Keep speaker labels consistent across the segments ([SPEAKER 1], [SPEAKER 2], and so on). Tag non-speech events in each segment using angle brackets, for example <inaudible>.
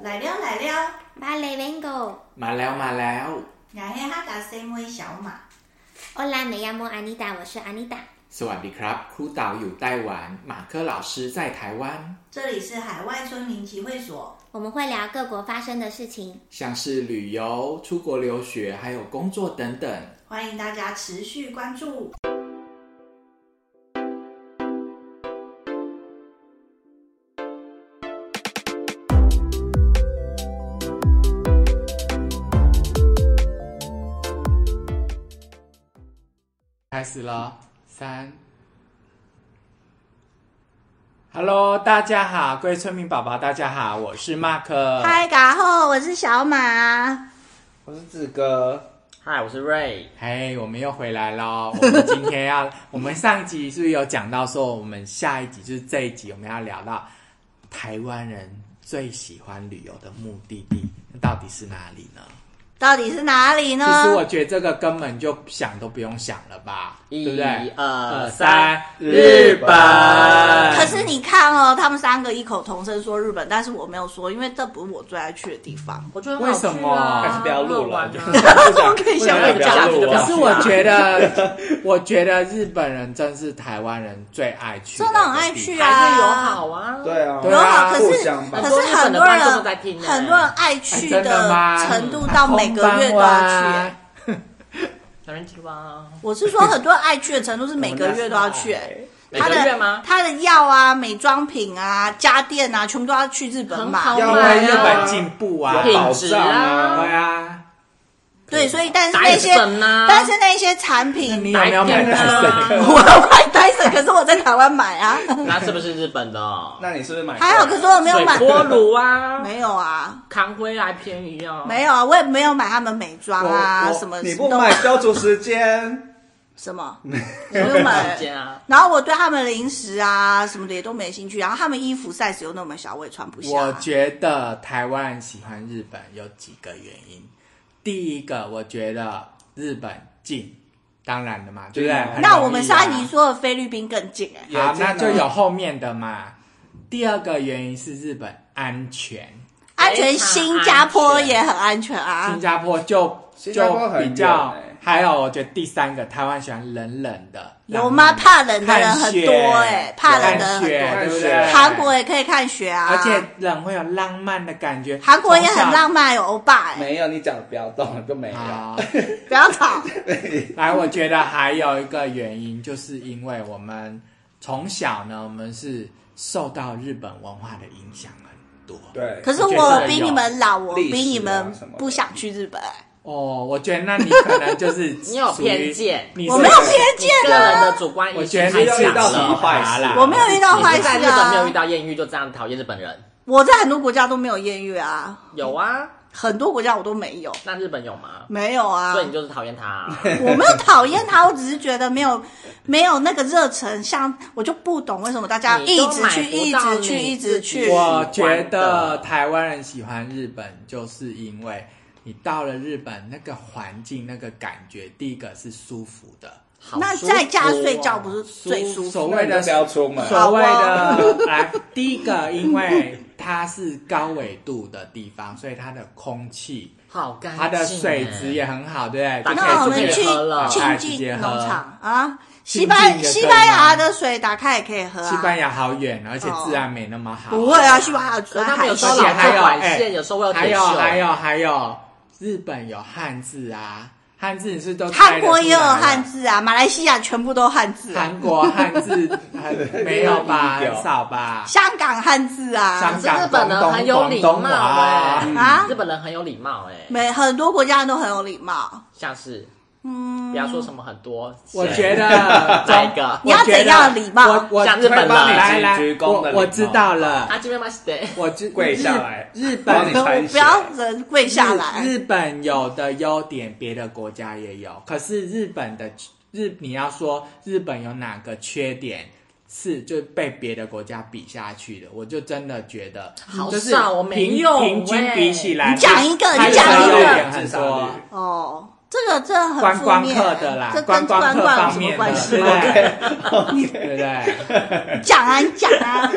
[SPEAKER 1] 来了来了，
[SPEAKER 2] 马雷文狗，
[SPEAKER 3] มาแล้วมาแล้ว
[SPEAKER 1] 雅黑哈达 C 位小马，
[SPEAKER 2] 欧拉美亚莫安妮达，我是安妮达。
[SPEAKER 3] สวัสดีครับ ครูเต่าอยู่ไต้หวัน 马克老师在台湾
[SPEAKER 1] 这里是海外村民集会所。
[SPEAKER 2] 我们会聊各国发生的事情。
[SPEAKER 3] 像是旅游、出国留学，还有工作等等。
[SPEAKER 1] 欢迎大家持续关注。
[SPEAKER 3] 开始了，三。Hello，大家好，各位村民宝宝，大家好，我是马克。，
[SPEAKER 1] 嘎后，我是小马。
[SPEAKER 4] 我是志哥，
[SPEAKER 5] 嗨，我是 Ray。
[SPEAKER 3] 嘿我们又回来喽。 <laughs> 我们今天要，我们上一集是不是有讲到说，我们下一集就是这一集，我们要聊到台湾人最喜欢旅游的目的地，那到底是哪里呢？
[SPEAKER 1] 到底是哪里呢
[SPEAKER 3] 其实我觉得这个根本就想都不用想了吧，对
[SPEAKER 5] 一
[SPEAKER 3] 不对？呃
[SPEAKER 5] 二
[SPEAKER 3] 三
[SPEAKER 5] 三，
[SPEAKER 3] 日本
[SPEAKER 1] 可是你看哦，他们三个异口同声说日本，但是我没有说，因为这不是我最爱去的地方。
[SPEAKER 5] 我觉
[SPEAKER 2] 啊
[SPEAKER 5] 得
[SPEAKER 3] 为什么
[SPEAKER 4] 还是不要录啊了， <laughs> 就是
[SPEAKER 1] 我可以想问
[SPEAKER 4] 不要录
[SPEAKER 3] 可
[SPEAKER 4] 了。
[SPEAKER 3] 是我觉
[SPEAKER 4] <laughs>
[SPEAKER 3] 得，我觉得日本人真是台湾人最爱去，
[SPEAKER 2] 真的很爱去啊
[SPEAKER 5] <laughs> 还是友好啊。
[SPEAKER 4] 对啊，
[SPEAKER 3] 对
[SPEAKER 1] 有好，
[SPEAKER 3] 啊
[SPEAKER 1] 可
[SPEAKER 4] 互
[SPEAKER 1] 是
[SPEAKER 4] 相吧
[SPEAKER 1] 可是很
[SPEAKER 5] 很多日本的
[SPEAKER 1] 多
[SPEAKER 5] 观众都在
[SPEAKER 1] 人
[SPEAKER 5] 听呢
[SPEAKER 1] 很多人爱去
[SPEAKER 3] 哎真的吗
[SPEAKER 1] 程度到每个月都要
[SPEAKER 3] 啊
[SPEAKER 1] 去、哎
[SPEAKER 5] 男人去吧，
[SPEAKER 1] 我是说，很多人爱去的程度是每个月都要
[SPEAKER 5] 哦
[SPEAKER 1] 去、哎
[SPEAKER 5] 每个月吗？
[SPEAKER 1] 他的药啊、美妆品啊、家电啊，全部都要去日本买
[SPEAKER 5] 很。
[SPEAKER 4] 要
[SPEAKER 5] 好
[SPEAKER 3] 因
[SPEAKER 5] 买
[SPEAKER 3] 为
[SPEAKER 5] 啊
[SPEAKER 3] 日本进步啊，
[SPEAKER 5] 有
[SPEAKER 3] 保
[SPEAKER 5] 品
[SPEAKER 3] 障
[SPEAKER 5] 质啊
[SPEAKER 3] 对啊。
[SPEAKER 1] 对，所以但是那
[SPEAKER 5] 奶
[SPEAKER 1] 些，
[SPEAKER 5] 嗯粉呐，
[SPEAKER 1] 但是那些产品，
[SPEAKER 3] 你有没有买
[SPEAKER 5] 奶
[SPEAKER 3] 单
[SPEAKER 5] 粉啊
[SPEAKER 3] 身？
[SPEAKER 1] <laughs> 我要买 Dyson，可是我在台湾买啊，
[SPEAKER 5] 那是不是日本的？
[SPEAKER 4] 那你是不是买？
[SPEAKER 1] 还好，可是我没有
[SPEAKER 5] 水
[SPEAKER 1] 买，
[SPEAKER 5] 波炉啊，
[SPEAKER 1] 没有啊，
[SPEAKER 5] 扛回来便宜哦。
[SPEAKER 1] 没有啊，我也没有买他们美妆啊，
[SPEAKER 4] 我
[SPEAKER 1] 什么
[SPEAKER 4] 你不
[SPEAKER 1] 都
[SPEAKER 4] 买消除时间，
[SPEAKER 1] 什
[SPEAKER 4] <laughs>
[SPEAKER 1] 么，我没有买
[SPEAKER 5] 时。间啊，
[SPEAKER 1] 然后我对他们零食啊什么的也都没兴趣，然后他们衣服 size 又那么小，我也穿不下。
[SPEAKER 3] 我觉得台湾人喜欢日本有几个原因。第一个，我觉得日本近，当然的嘛，对不对
[SPEAKER 4] 对啊？
[SPEAKER 3] 很
[SPEAKER 1] 那
[SPEAKER 3] 容
[SPEAKER 1] 我们
[SPEAKER 3] 易
[SPEAKER 1] 上
[SPEAKER 3] 啊
[SPEAKER 1] 一集说的菲律宾更近哎、
[SPEAKER 4] 也
[SPEAKER 3] 好，
[SPEAKER 4] 近
[SPEAKER 3] 那
[SPEAKER 4] 啊
[SPEAKER 3] 就有后面的嘛。第二个原因是日本安全，
[SPEAKER 1] 安全
[SPEAKER 5] 非常
[SPEAKER 1] 新加坡
[SPEAKER 5] 安全
[SPEAKER 1] 也很安全啊
[SPEAKER 3] 新。加坡就
[SPEAKER 4] 新加坡
[SPEAKER 3] 就
[SPEAKER 4] 很
[SPEAKER 3] 比较
[SPEAKER 4] 远欸。
[SPEAKER 3] 还有，我觉得第三个，台湾喜欢冷冷的。
[SPEAKER 1] 有吗？
[SPEAKER 3] 冷
[SPEAKER 1] 怕冷
[SPEAKER 3] 冷的
[SPEAKER 1] 的人很多哎、怕冷的人
[SPEAKER 3] 看
[SPEAKER 1] 很多。
[SPEAKER 3] 雪看雪对不
[SPEAKER 4] 看
[SPEAKER 3] 对？
[SPEAKER 4] 雪
[SPEAKER 1] 韩国，也可以看雪啊，
[SPEAKER 3] 而且冷会有浪漫的感觉。
[SPEAKER 1] 韩国也很浪
[SPEAKER 3] 漫。
[SPEAKER 1] 漫，有欧巴哎、
[SPEAKER 4] 没有你讲不要动就没有。
[SPEAKER 3] 好，
[SPEAKER 1] 不要吵。
[SPEAKER 3] 来，我觉得还有一个原因，就是因为我们从小呢，我们是受到日本文化的影响很多。
[SPEAKER 4] 对，
[SPEAKER 1] 可是
[SPEAKER 3] 我觉得
[SPEAKER 1] 我
[SPEAKER 3] 有
[SPEAKER 1] 比你们老，我
[SPEAKER 4] 历史啊
[SPEAKER 1] 比你们
[SPEAKER 4] 什么的
[SPEAKER 1] 不想去日本、哎
[SPEAKER 3] 哦，我觉得那你可能就是
[SPEAKER 1] <laughs>
[SPEAKER 5] 你有
[SPEAKER 3] 属于
[SPEAKER 5] 偏见
[SPEAKER 3] 你
[SPEAKER 1] 我
[SPEAKER 3] 是
[SPEAKER 1] 没有偏见
[SPEAKER 5] 个人的主观
[SPEAKER 3] 我
[SPEAKER 5] 意识
[SPEAKER 3] 觉得你
[SPEAKER 4] 是
[SPEAKER 3] 遇
[SPEAKER 4] 遇
[SPEAKER 3] 到
[SPEAKER 4] 到
[SPEAKER 3] 什
[SPEAKER 4] 什
[SPEAKER 3] 么
[SPEAKER 4] 么
[SPEAKER 3] 坏
[SPEAKER 4] 坏
[SPEAKER 3] 事
[SPEAKER 4] 事
[SPEAKER 3] 啦？
[SPEAKER 1] 我没有遇到坏
[SPEAKER 5] 你
[SPEAKER 1] 事
[SPEAKER 5] 在日本没有遇
[SPEAKER 1] 啊。
[SPEAKER 5] 到艳遇就这样讨厌日本人？
[SPEAKER 1] 我在很多国家都没有艳遇啊，
[SPEAKER 5] 有啊，
[SPEAKER 1] 很多国家我都没有，
[SPEAKER 5] 那日本有吗？
[SPEAKER 1] 没有啊。
[SPEAKER 5] 所以你就是讨厌 <laughs> 他。
[SPEAKER 1] 我没有讨厌他，我只是觉得没有没有那个热忱，像我就不懂为什么大家
[SPEAKER 5] 你
[SPEAKER 1] 一
[SPEAKER 5] 都
[SPEAKER 1] 直
[SPEAKER 5] 买
[SPEAKER 1] 去，
[SPEAKER 5] 不
[SPEAKER 1] 一
[SPEAKER 5] 到
[SPEAKER 1] 直
[SPEAKER 5] 你
[SPEAKER 1] 去，一直
[SPEAKER 5] 自己
[SPEAKER 1] 去。
[SPEAKER 3] 我觉得
[SPEAKER 5] 的
[SPEAKER 3] 台湾人喜欢日本，就是因为你到了日本那个环境、那个感觉，第一个是舒服的，
[SPEAKER 5] 好
[SPEAKER 1] 那
[SPEAKER 5] 舒
[SPEAKER 1] 在家
[SPEAKER 5] 服哦
[SPEAKER 1] 睡觉不是最舒服？
[SPEAKER 3] 所
[SPEAKER 4] 那
[SPEAKER 3] 谓
[SPEAKER 4] 你就
[SPEAKER 3] 的
[SPEAKER 4] 不要出门。
[SPEAKER 3] 所谓
[SPEAKER 4] <laughs>
[SPEAKER 3] 的来，第一个，因为它是高纬度的地方，所以它的空气、
[SPEAKER 5] 好干净
[SPEAKER 3] 它
[SPEAKER 5] 欸，
[SPEAKER 3] 的水质也很好，对不对？
[SPEAKER 5] 打
[SPEAKER 3] 就
[SPEAKER 5] 开
[SPEAKER 1] 嗯那我
[SPEAKER 3] 可以
[SPEAKER 1] 们
[SPEAKER 3] 直
[SPEAKER 1] 去
[SPEAKER 3] 接
[SPEAKER 5] 就可以喝了
[SPEAKER 1] 亲
[SPEAKER 3] 直
[SPEAKER 1] 近
[SPEAKER 3] 接喝
[SPEAKER 1] 农场啊，
[SPEAKER 3] 亲
[SPEAKER 1] 西班
[SPEAKER 3] 近也可以
[SPEAKER 1] 西班牙
[SPEAKER 3] 吗
[SPEAKER 1] 的水打开也可以喝
[SPEAKER 3] 啊西
[SPEAKER 1] 啊。
[SPEAKER 3] 班牙好远，而且治安没那么好。
[SPEAKER 1] 不会啊，西班牙的
[SPEAKER 5] 可
[SPEAKER 1] 水
[SPEAKER 5] 是他们有
[SPEAKER 1] 海
[SPEAKER 5] 时
[SPEAKER 3] 而
[SPEAKER 5] 候
[SPEAKER 3] 且
[SPEAKER 5] 老
[SPEAKER 1] 鲜。
[SPEAKER 3] 还有
[SPEAKER 5] 做管
[SPEAKER 3] 哎
[SPEAKER 5] 线，有时候会有
[SPEAKER 4] 啊
[SPEAKER 3] 还
[SPEAKER 5] 铁
[SPEAKER 3] 有
[SPEAKER 5] 锈。
[SPEAKER 3] 还有还有，日本有汉字啊，汉字你是都猜
[SPEAKER 1] 韩
[SPEAKER 3] 得出
[SPEAKER 1] 国也有
[SPEAKER 3] 来吗
[SPEAKER 1] 汉，字啊，马来西亚全部都汉字啊，
[SPEAKER 3] 韩国汉字很没有吧，
[SPEAKER 4] 有
[SPEAKER 3] 很少吧。
[SPEAKER 1] 香港汉字啊
[SPEAKER 3] 香，
[SPEAKER 5] 可是日本人很有礼
[SPEAKER 3] 广
[SPEAKER 5] 貌
[SPEAKER 3] 东话
[SPEAKER 5] 哎、
[SPEAKER 1] 啊
[SPEAKER 5] 日本人很有礼貌哎、
[SPEAKER 1] 每很多国家都很有礼貌。
[SPEAKER 5] 像是
[SPEAKER 1] 嗯，
[SPEAKER 5] 不要说什么很多，
[SPEAKER 3] 我
[SPEAKER 5] 谁
[SPEAKER 3] 觉得
[SPEAKER 5] 哪一个
[SPEAKER 1] 你要
[SPEAKER 3] 我觉得
[SPEAKER 1] 怎样礼貌
[SPEAKER 3] 我我
[SPEAKER 5] 像日本人
[SPEAKER 4] 帮你
[SPEAKER 3] 来来
[SPEAKER 4] 鞠，躬
[SPEAKER 3] 我
[SPEAKER 4] 的礼貌
[SPEAKER 3] 我知道了，
[SPEAKER 5] 啊，这边吗？对，
[SPEAKER 3] 我知
[SPEAKER 4] 跪下来
[SPEAKER 3] 日日
[SPEAKER 4] 帮
[SPEAKER 3] 本
[SPEAKER 4] 你穿
[SPEAKER 1] 我
[SPEAKER 4] 鞋
[SPEAKER 1] 不要人跪下来。
[SPEAKER 3] 日日本有的优点，别的国家也有。可是日本的日，你要说日本有哪个缺点是就被别的国家比下去的，我就真的觉得
[SPEAKER 5] 好
[SPEAKER 3] 就是
[SPEAKER 5] 少我没
[SPEAKER 3] 平
[SPEAKER 5] 有
[SPEAKER 3] 平均
[SPEAKER 5] 喂
[SPEAKER 3] 比起来，
[SPEAKER 1] 你讲一个
[SPEAKER 3] 它
[SPEAKER 1] 你
[SPEAKER 3] 它
[SPEAKER 1] 讲一个
[SPEAKER 3] 优点很
[SPEAKER 4] 自杀
[SPEAKER 3] 多
[SPEAKER 4] 率。
[SPEAKER 5] 啊
[SPEAKER 1] 哦，这个这很
[SPEAKER 3] 观
[SPEAKER 1] 负
[SPEAKER 3] 光
[SPEAKER 1] 面
[SPEAKER 3] 客的啦
[SPEAKER 1] 这，
[SPEAKER 3] 观
[SPEAKER 1] 跟
[SPEAKER 3] 光
[SPEAKER 1] 观
[SPEAKER 3] 客
[SPEAKER 1] 光有
[SPEAKER 3] 方
[SPEAKER 1] 什么
[SPEAKER 3] 面的，
[SPEAKER 1] 关系
[SPEAKER 3] 对
[SPEAKER 1] 吗？
[SPEAKER 3] <laughs> 不对？对不对？
[SPEAKER 1] <laughs> 讲啊，你讲啊，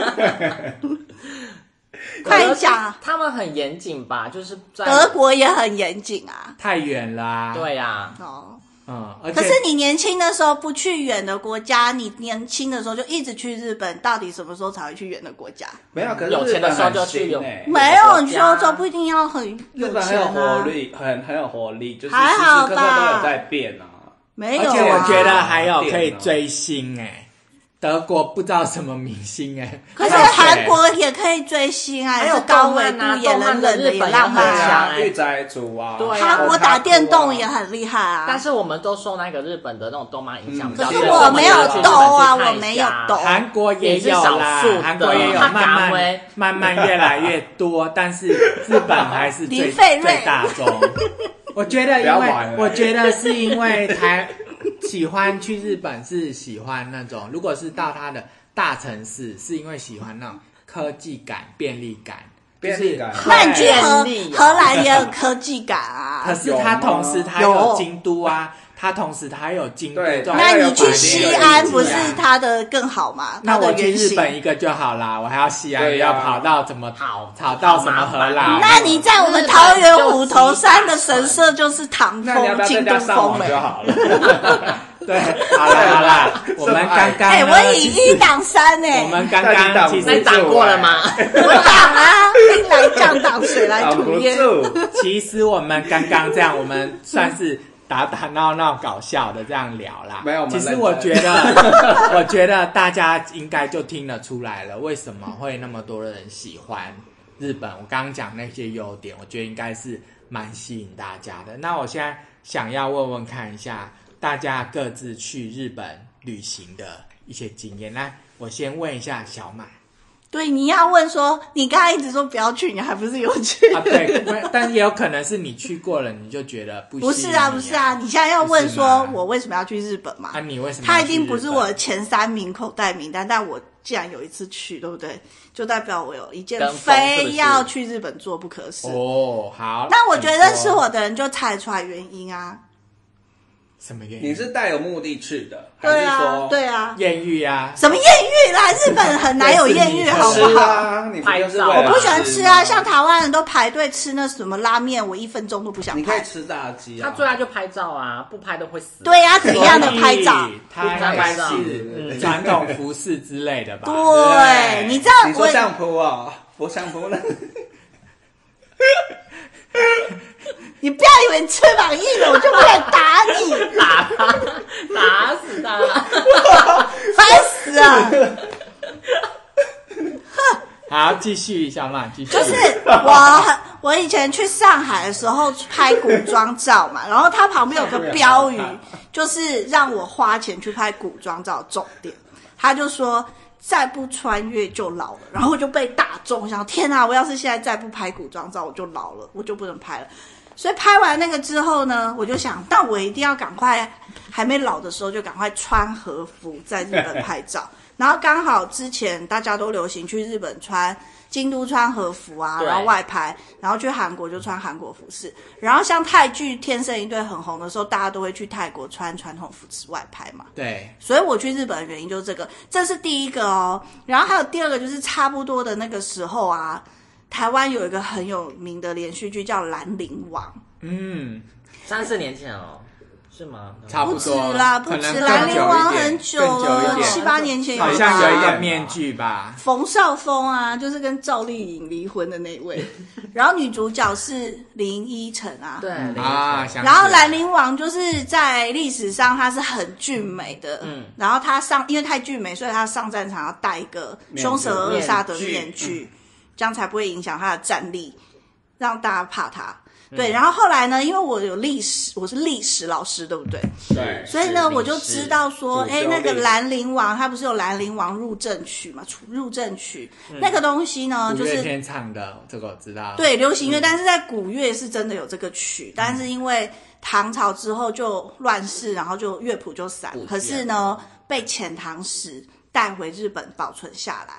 [SPEAKER 1] 快点讲啊！
[SPEAKER 5] 他们很严谨吧？就是在
[SPEAKER 1] 德国也很严谨啊。
[SPEAKER 3] 太远了、啊。，
[SPEAKER 5] 对呀、
[SPEAKER 1] 哦，
[SPEAKER 3] 嗯，而且
[SPEAKER 1] 可是你年轻的时候不去远的国家，你年轻的时候就一直去日本，到底什么时候才会去远的国家？
[SPEAKER 4] 没有，可是
[SPEAKER 5] 有钱的时候就去
[SPEAKER 4] 日本
[SPEAKER 5] 有
[SPEAKER 4] 很新欸
[SPEAKER 1] 没有，你去欧洲不一定要很
[SPEAKER 4] 日
[SPEAKER 1] 有
[SPEAKER 4] 本很
[SPEAKER 1] 钱
[SPEAKER 4] 有
[SPEAKER 1] 啊
[SPEAKER 4] 活，力，很很有活力，就是时
[SPEAKER 1] 还
[SPEAKER 4] 时
[SPEAKER 1] 好
[SPEAKER 4] 刻刻
[SPEAKER 1] 吧
[SPEAKER 4] 都有在变啊。
[SPEAKER 1] 没有
[SPEAKER 3] 而
[SPEAKER 1] 啊。
[SPEAKER 3] 且我觉得还有
[SPEAKER 4] 电脑
[SPEAKER 3] 可以追星哎、德国不知道什么明星哎、
[SPEAKER 1] 可是韩国也可以追星啊，
[SPEAKER 5] 还
[SPEAKER 1] 也
[SPEAKER 5] 有
[SPEAKER 1] 是高
[SPEAKER 5] 动
[SPEAKER 1] 纬
[SPEAKER 5] 漫
[SPEAKER 1] 度
[SPEAKER 5] 啊
[SPEAKER 1] 也
[SPEAKER 5] 动
[SPEAKER 1] 冷
[SPEAKER 5] 漫的
[SPEAKER 1] 冷的，
[SPEAKER 5] 日
[SPEAKER 1] 也
[SPEAKER 5] 本
[SPEAKER 1] 浪漫
[SPEAKER 5] 也很
[SPEAKER 4] 对
[SPEAKER 5] 强
[SPEAKER 1] 啊。
[SPEAKER 4] 啊，
[SPEAKER 5] 哎
[SPEAKER 4] 御宅族啊，
[SPEAKER 5] 对啊
[SPEAKER 1] 韩国打电动也很厉害啊。
[SPEAKER 5] 但是我们都受那个日本的那种动漫影响比较
[SPEAKER 3] 嗯
[SPEAKER 1] 可
[SPEAKER 5] 多，
[SPEAKER 1] 是
[SPEAKER 5] 所以
[SPEAKER 1] 我
[SPEAKER 5] 们
[SPEAKER 1] 没有
[SPEAKER 5] 就去日本
[SPEAKER 1] 抖啊，
[SPEAKER 5] 去看
[SPEAKER 1] 我
[SPEAKER 5] 一
[SPEAKER 1] 没有
[SPEAKER 5] 下
[SPEAKER 1] 抖。
[SPEAKER 3] 韩国也有啦
[SPEAKER 5] 也是少数，的
[SPEAKER 3] 韩国也有
[SPEAKER 5] 他
[SPEAKER 3] 慢
[SPEAKER 5] 敢
[SPEAKER 3] 慢
[SPEAKER 5] 为
[SPEAKER 3] 慢慢越来越多，但是日本还
[SPEAKER 1] <laughs>
[SPEAKER 3] 是最
[SPEAKER 1] 林费
[SPEAKER 3] 最
[SPEAKER 1] 瑞
[SPEAKER 3] 大
[SPEAKER 1] <laughs>
[SPEAKER 3] 宗。我觉得，因
[SPEAKER 4] 不要
[SPEAKER 3] 为
[SPEAKER 4] 玩了
[SPEAKER 3] 我觉得是因为台喜欢去日本是喜欢那种，如果是到它的大城市，是因为喜欢那种科技感、便利感，
[SPEAKER 4] 便利感
[SPEAKER 3] 就是
[SPEAKER 1] 那你去荷
[SPEAKER 5] 便利啊
[SPEAKER 1] 荷兰也有科技感啊
[SPEAKER 3] 可。是它同时它
[SPEAKER 1] 哦有
[SPEAKER 3] 有京都啊，它同时它有京都
[SPEAKER 4] 对
[SPEAKER 3] 这种
[SPEAKER 4] 它
[SPEAKER 1] 那
[SPEAKER 4] 有
[SPEAKER 1] 你去
[SPEAKER 4] 百
[SPEAKER 1] 西
[SPEAKER 4] 年的
[SPEAKER 1] 安
[SPEAKER 4] 遗
[SPEAKER 1] 不
[SPEAKER 4] 址
[SPEAKER 1] 是
[SPEAKER 4] 啊
[SPEAKER 1] 它的更好吗？
[SPEAKER 3] 那
[SPEAKER 1] 它
[SPEAKER 3] 我
[SPEAKER 1] 的
[SPEAKER 3] 去
[SPEAKER 1] 原
[SPEAKER 3] 日
[SPEAKER 1] 型。
[SPEAKER 3] 本一个就好啦，我还要西安，
[SPEAKER 4] 对
[SPEAKER 3] 又
[SPEAKER 4] 呀
[SPEAKER 3] 要跑到怎么
[SPEAKER 5] 好
[SPEAKER 3] 跑到什么荷兰？
[SPEAKER 1] 那你在我们桃园虎头山的神社就是唐
[SPEAKER 4] 那你要
[SPEAKER 1] 风、
[SPEAKER 4] 不要在
[SPEAKER 1] 京
[SPEAKER 4] 家
[SPEAKER 1] 东
[SPEAKER 4] 上
[SPEAKER 1] 风
[SPEAKER 4] 网
[SPEAKER 1] 哎、
[SPEAKER 4] 就
[SPEAKER 1] 欸。
[SPEAKER 4] 好了？
[SPEAKER 3] 对，好啦好啦，我们刚刚呢
[SPEAKER 1] 哎我以
[SPEAKER 3] 其实
[SPEAKER 1] 一挡三哎、
[SPEAKER 3] 我们刚
[SPEAKER 4] 那你挡
[SPEAKER 3] 刚
[SPEAKER 4] 不
[SPEAKER 3] 其
[SPEAKER 4] 住
[SPEAKER 5] 那
[SPEAKER 3] 实
[SPEAKER 5] 你长过了吗？
[SPEAKER 1] 我挡啊，兵来将挡，水 <laughs>
[SPEAKER 4] <laughs>
[SPEAKER 1] 来
[SPEAKER 4] 挡啊不
[SPEAKER 1] 土掩。
[SPEAKER 4] 住，
[SPEAKER 3] 其实我们刚刚这样，我们算是打打闹闹、搞笑的这样聊啦。
[SPEAKER 4] 没有我
[SPEAKER 3] 其
[SPEAKER 4] 们
[SPEAKER 3] 实
[SPEAKER 4] 认真
[SPEAKER 3] 我觉
[SPEAKER 4] <laughs>
[SPEAKER 3] 得，我觉得大家应该就听得出来了，为什么会那么多人喜欢日本？我刚刚讲那些优点，我觉得应该是蛮吸引大家的。那我现在想要问问看一下大家各自去日本旅行的一些经验。那我先问一下小马。
[SPEAKER 1] 对，你要问说，你刚才一直说不要去，你还不是有去？
[SPEAKER 3] 啊，对，不然但也有可能是你去过了，你就觉得不
[SPEAKER 1] 不
[SPEAKER 3] 吸
[SPEAKER 1] 是
[SPEAKER 3] 引
[SPEAKER 1] 啊，
[SPEAKER 3] 你
[SPEAKER 1] 不是啊，，你现在要问
[SPEAKER 3] 不
[SPEAKER 1] 说
[SPEAKER 3] 是吗
[SPEAKER 1] 我为什么要去日本嘛
[SPEAKER 3] 啊，？你为什么要
[SPEAKER 1] 它
[SPEAKER 3] 去日本？
[SPEAKER 1] 一定不是我的前三名口袋名单，但我既然有一次去，对不对？就代表我有一件
[SPEAKER 5] 跟风是不
[SPEAKER 1] 非
[SPEAKER 5] 是
[SPEAKER 1] 要去日本做不可的事。
[SPEAKER 3] 哦，好。
[SPEAKER 1] 那我觉得
[SPEAKER 3] 请说
[SPEAKER 1] 认识我的人就猜出来原因
[SPEAKER 3] 哦
[SPEAKER 1] 啊，
[SPEAKER 3] 什么原因？
[SPEAKER 4] 你是带有目的去的，还
[SPEAKER 1] 对
[SPEAKER 4] 是
[SPEAKER 1] 啊
[SPEAKER 4] 说，
[SPEAKER 1] 对啊，
[SPEAKER 3] 艳遇啊？
[SPEAKER 1] 什么艳遇啦？日本很难有艳遇，
[SPEAKER 3] 对
[SPEAKER 1] 好
[SPEAKER 3] 是
[SPEAKER 1] 不
[SPEAKER 4] 吃
[SPEAKER 1] 好？
[SPEAKER 4] 啊？你不就是为
[SPEAKER 5] 拍照
[SPEAKER 4] 了
[SPEAKER 5] 我
[SPEAKER 1] 不喜欢吃啊，像台湾人都排队吃那什么拉面，我一分钟都不想
[SPEAKER 4] 你可以
[SPEAKER 1] 排。
[SPEAKER 4] 吃炸鸡
[SPEAKER 5] 他
[SPEAKER 4] 啊，
[SPEAKER 5] 最爱就拍照啊，不拍都会死。
[SPEAKER 1] 对呀、啊，怎样的拍照
[SPEAKER 3] 所？以它应该是嗯传统服饰之类的吧？
[SPEAKER 1] 对，你知道
[SPEAKER 4] 你
[SPEAKER 1] 我
[SPEAKER 4] 说相扑啊，佛相扑呢？
[SPEAKER 1] 你不要以为你翅膀硬了我就不能打你，
[SPEAKER 5] 打他，打死他！
[SPEAKER 1] 烦死了！
[SPEAKER 3] 好，继续，小马继续。
[SPEAKER 1] 就是我我以前去上海的时候拍古装照嘛，然后它旁边有个标语，就是让我花钱去拍古装照，重点他就说。再不穿越就老了，然后我就被打中，想天啊！我要是现在再不拍古装照，我就老了，我就不能拍了。所以拍完那个之后呢，我就想，但我一定要赶快，还没老的时候就赶快穿和服在日本拍照。然后刚好之前大家都流行去日本穿京都穿和服啊，
[SPEAKER 5] 对
[SPEAKER 1] 然后外拍，然后去韩国就穿韩国服饰。然后像泰剧《天生一对》很红的时候，大家都会去泰国穿传统服饰外拍嘛。
[SPEAKER 3] 对，
[SPEAKER 1] 所以我去日本的原因就是这个，这是第一个哦。然后还有第二个，就是差不多的那个时候啊，台湾有一个很有名的连续剧叫《兰陵王
[SPEAKER 3] 嗯，
[SPEAKER 5] 三四年前哦，是吗？
[SPEAKER 3] 差》，不
[SPEAKER 1] 不止
[SPEAKER 3] 多
[SPEAKER 1] 啦，不
[SPEAKER 3] 可能
[SPEAKER 1] 止
[SPEAKER 3] 更
[SPEAKER 1] 啦，《兰陵
[SPEAKER 3] 久
[SPEAKER 1] 王
[SPEAKER 3] 一》点
[SPEAKER 1] 很久了
[SPEAKER 3] 更，久一
[SPEAKER 1] 七
[SPEAKER 3] 点，
[SPEAKER 1] 八年前有吧啊
[SPEAKER 3] 好像有一个面具吧？
[SPEAKER 1] 冯绍峰啊，就是跟赵丽颖离婚的那
[SPEAKER 3] <laughs>
[SPEAKER 1] 位，然后女主角是林依晨啊，
[SPEAKER 5] 对
[SPEAKER 3] 啊，
[SPEAKER 5] 啊，
[SPEAKER 3] 想
[SPEAKER 1] 然后
[SPEAKER 3] 起来
[SPEAKER 1] 兰陵王就是在历史上他是很俊美的，
[SPEAKER 5] 嗯
[SPEAKER 1] 然后他上因为太俊美，所以他上战场要戴一个凶神恶煞的面
[SPEAKER 4] 面
[SPEAKER 1] 具，
[SPEAKER 3] 嗯
[SPEAKER 1] 这样才不会影响他的战力，让大家怕他。
[SPEAKER 3] 嗯
[SPEAKER 1] 对，然后后来呢，因为我有历史，我是历史老师，对不对？
[SPEAKER 4] 对
[SPEAKER 1] 所以呢，
[SPEAKER 5] 历
[SPEAKER 1] 我就
[SPEAKER 5] 史
[SPEAKER 1] 知道说，
[SPEAKER 4] 主
[SPEAKER 1] 哎，
[SPEAKER 4] 修
[SPEAKER 1] 那个
[SPEAKER 4] 历史
[SPEAKER 1] 兰陵王，他不是有兰陵王入阵曲嘛？出入阵曲、
[SPEAKER 5] 嗯
[SPEAKER 1] 那个东西呢，
[SPEAKER 3] 五
[SPEAKER 1] 就
[SPEAKER 3] 月
[SPEAKER 1] 是
[SPEAKER 3] 天唱的，这个我知道。
[SPEAKER 1] 对，流
[SPEAKER 5] 嗯
[SPEAKER 1] 行乐，但是在古乐是真的有这个曲，但是因为唐朝之后就乱世，然后就乐谱就散
[SPEAKER 5] 不，
[SPEAKER 1] 可是
[SPEAKER 5] 见
[SPEAKER 1] 呢被遣唐使带回日本保存下来，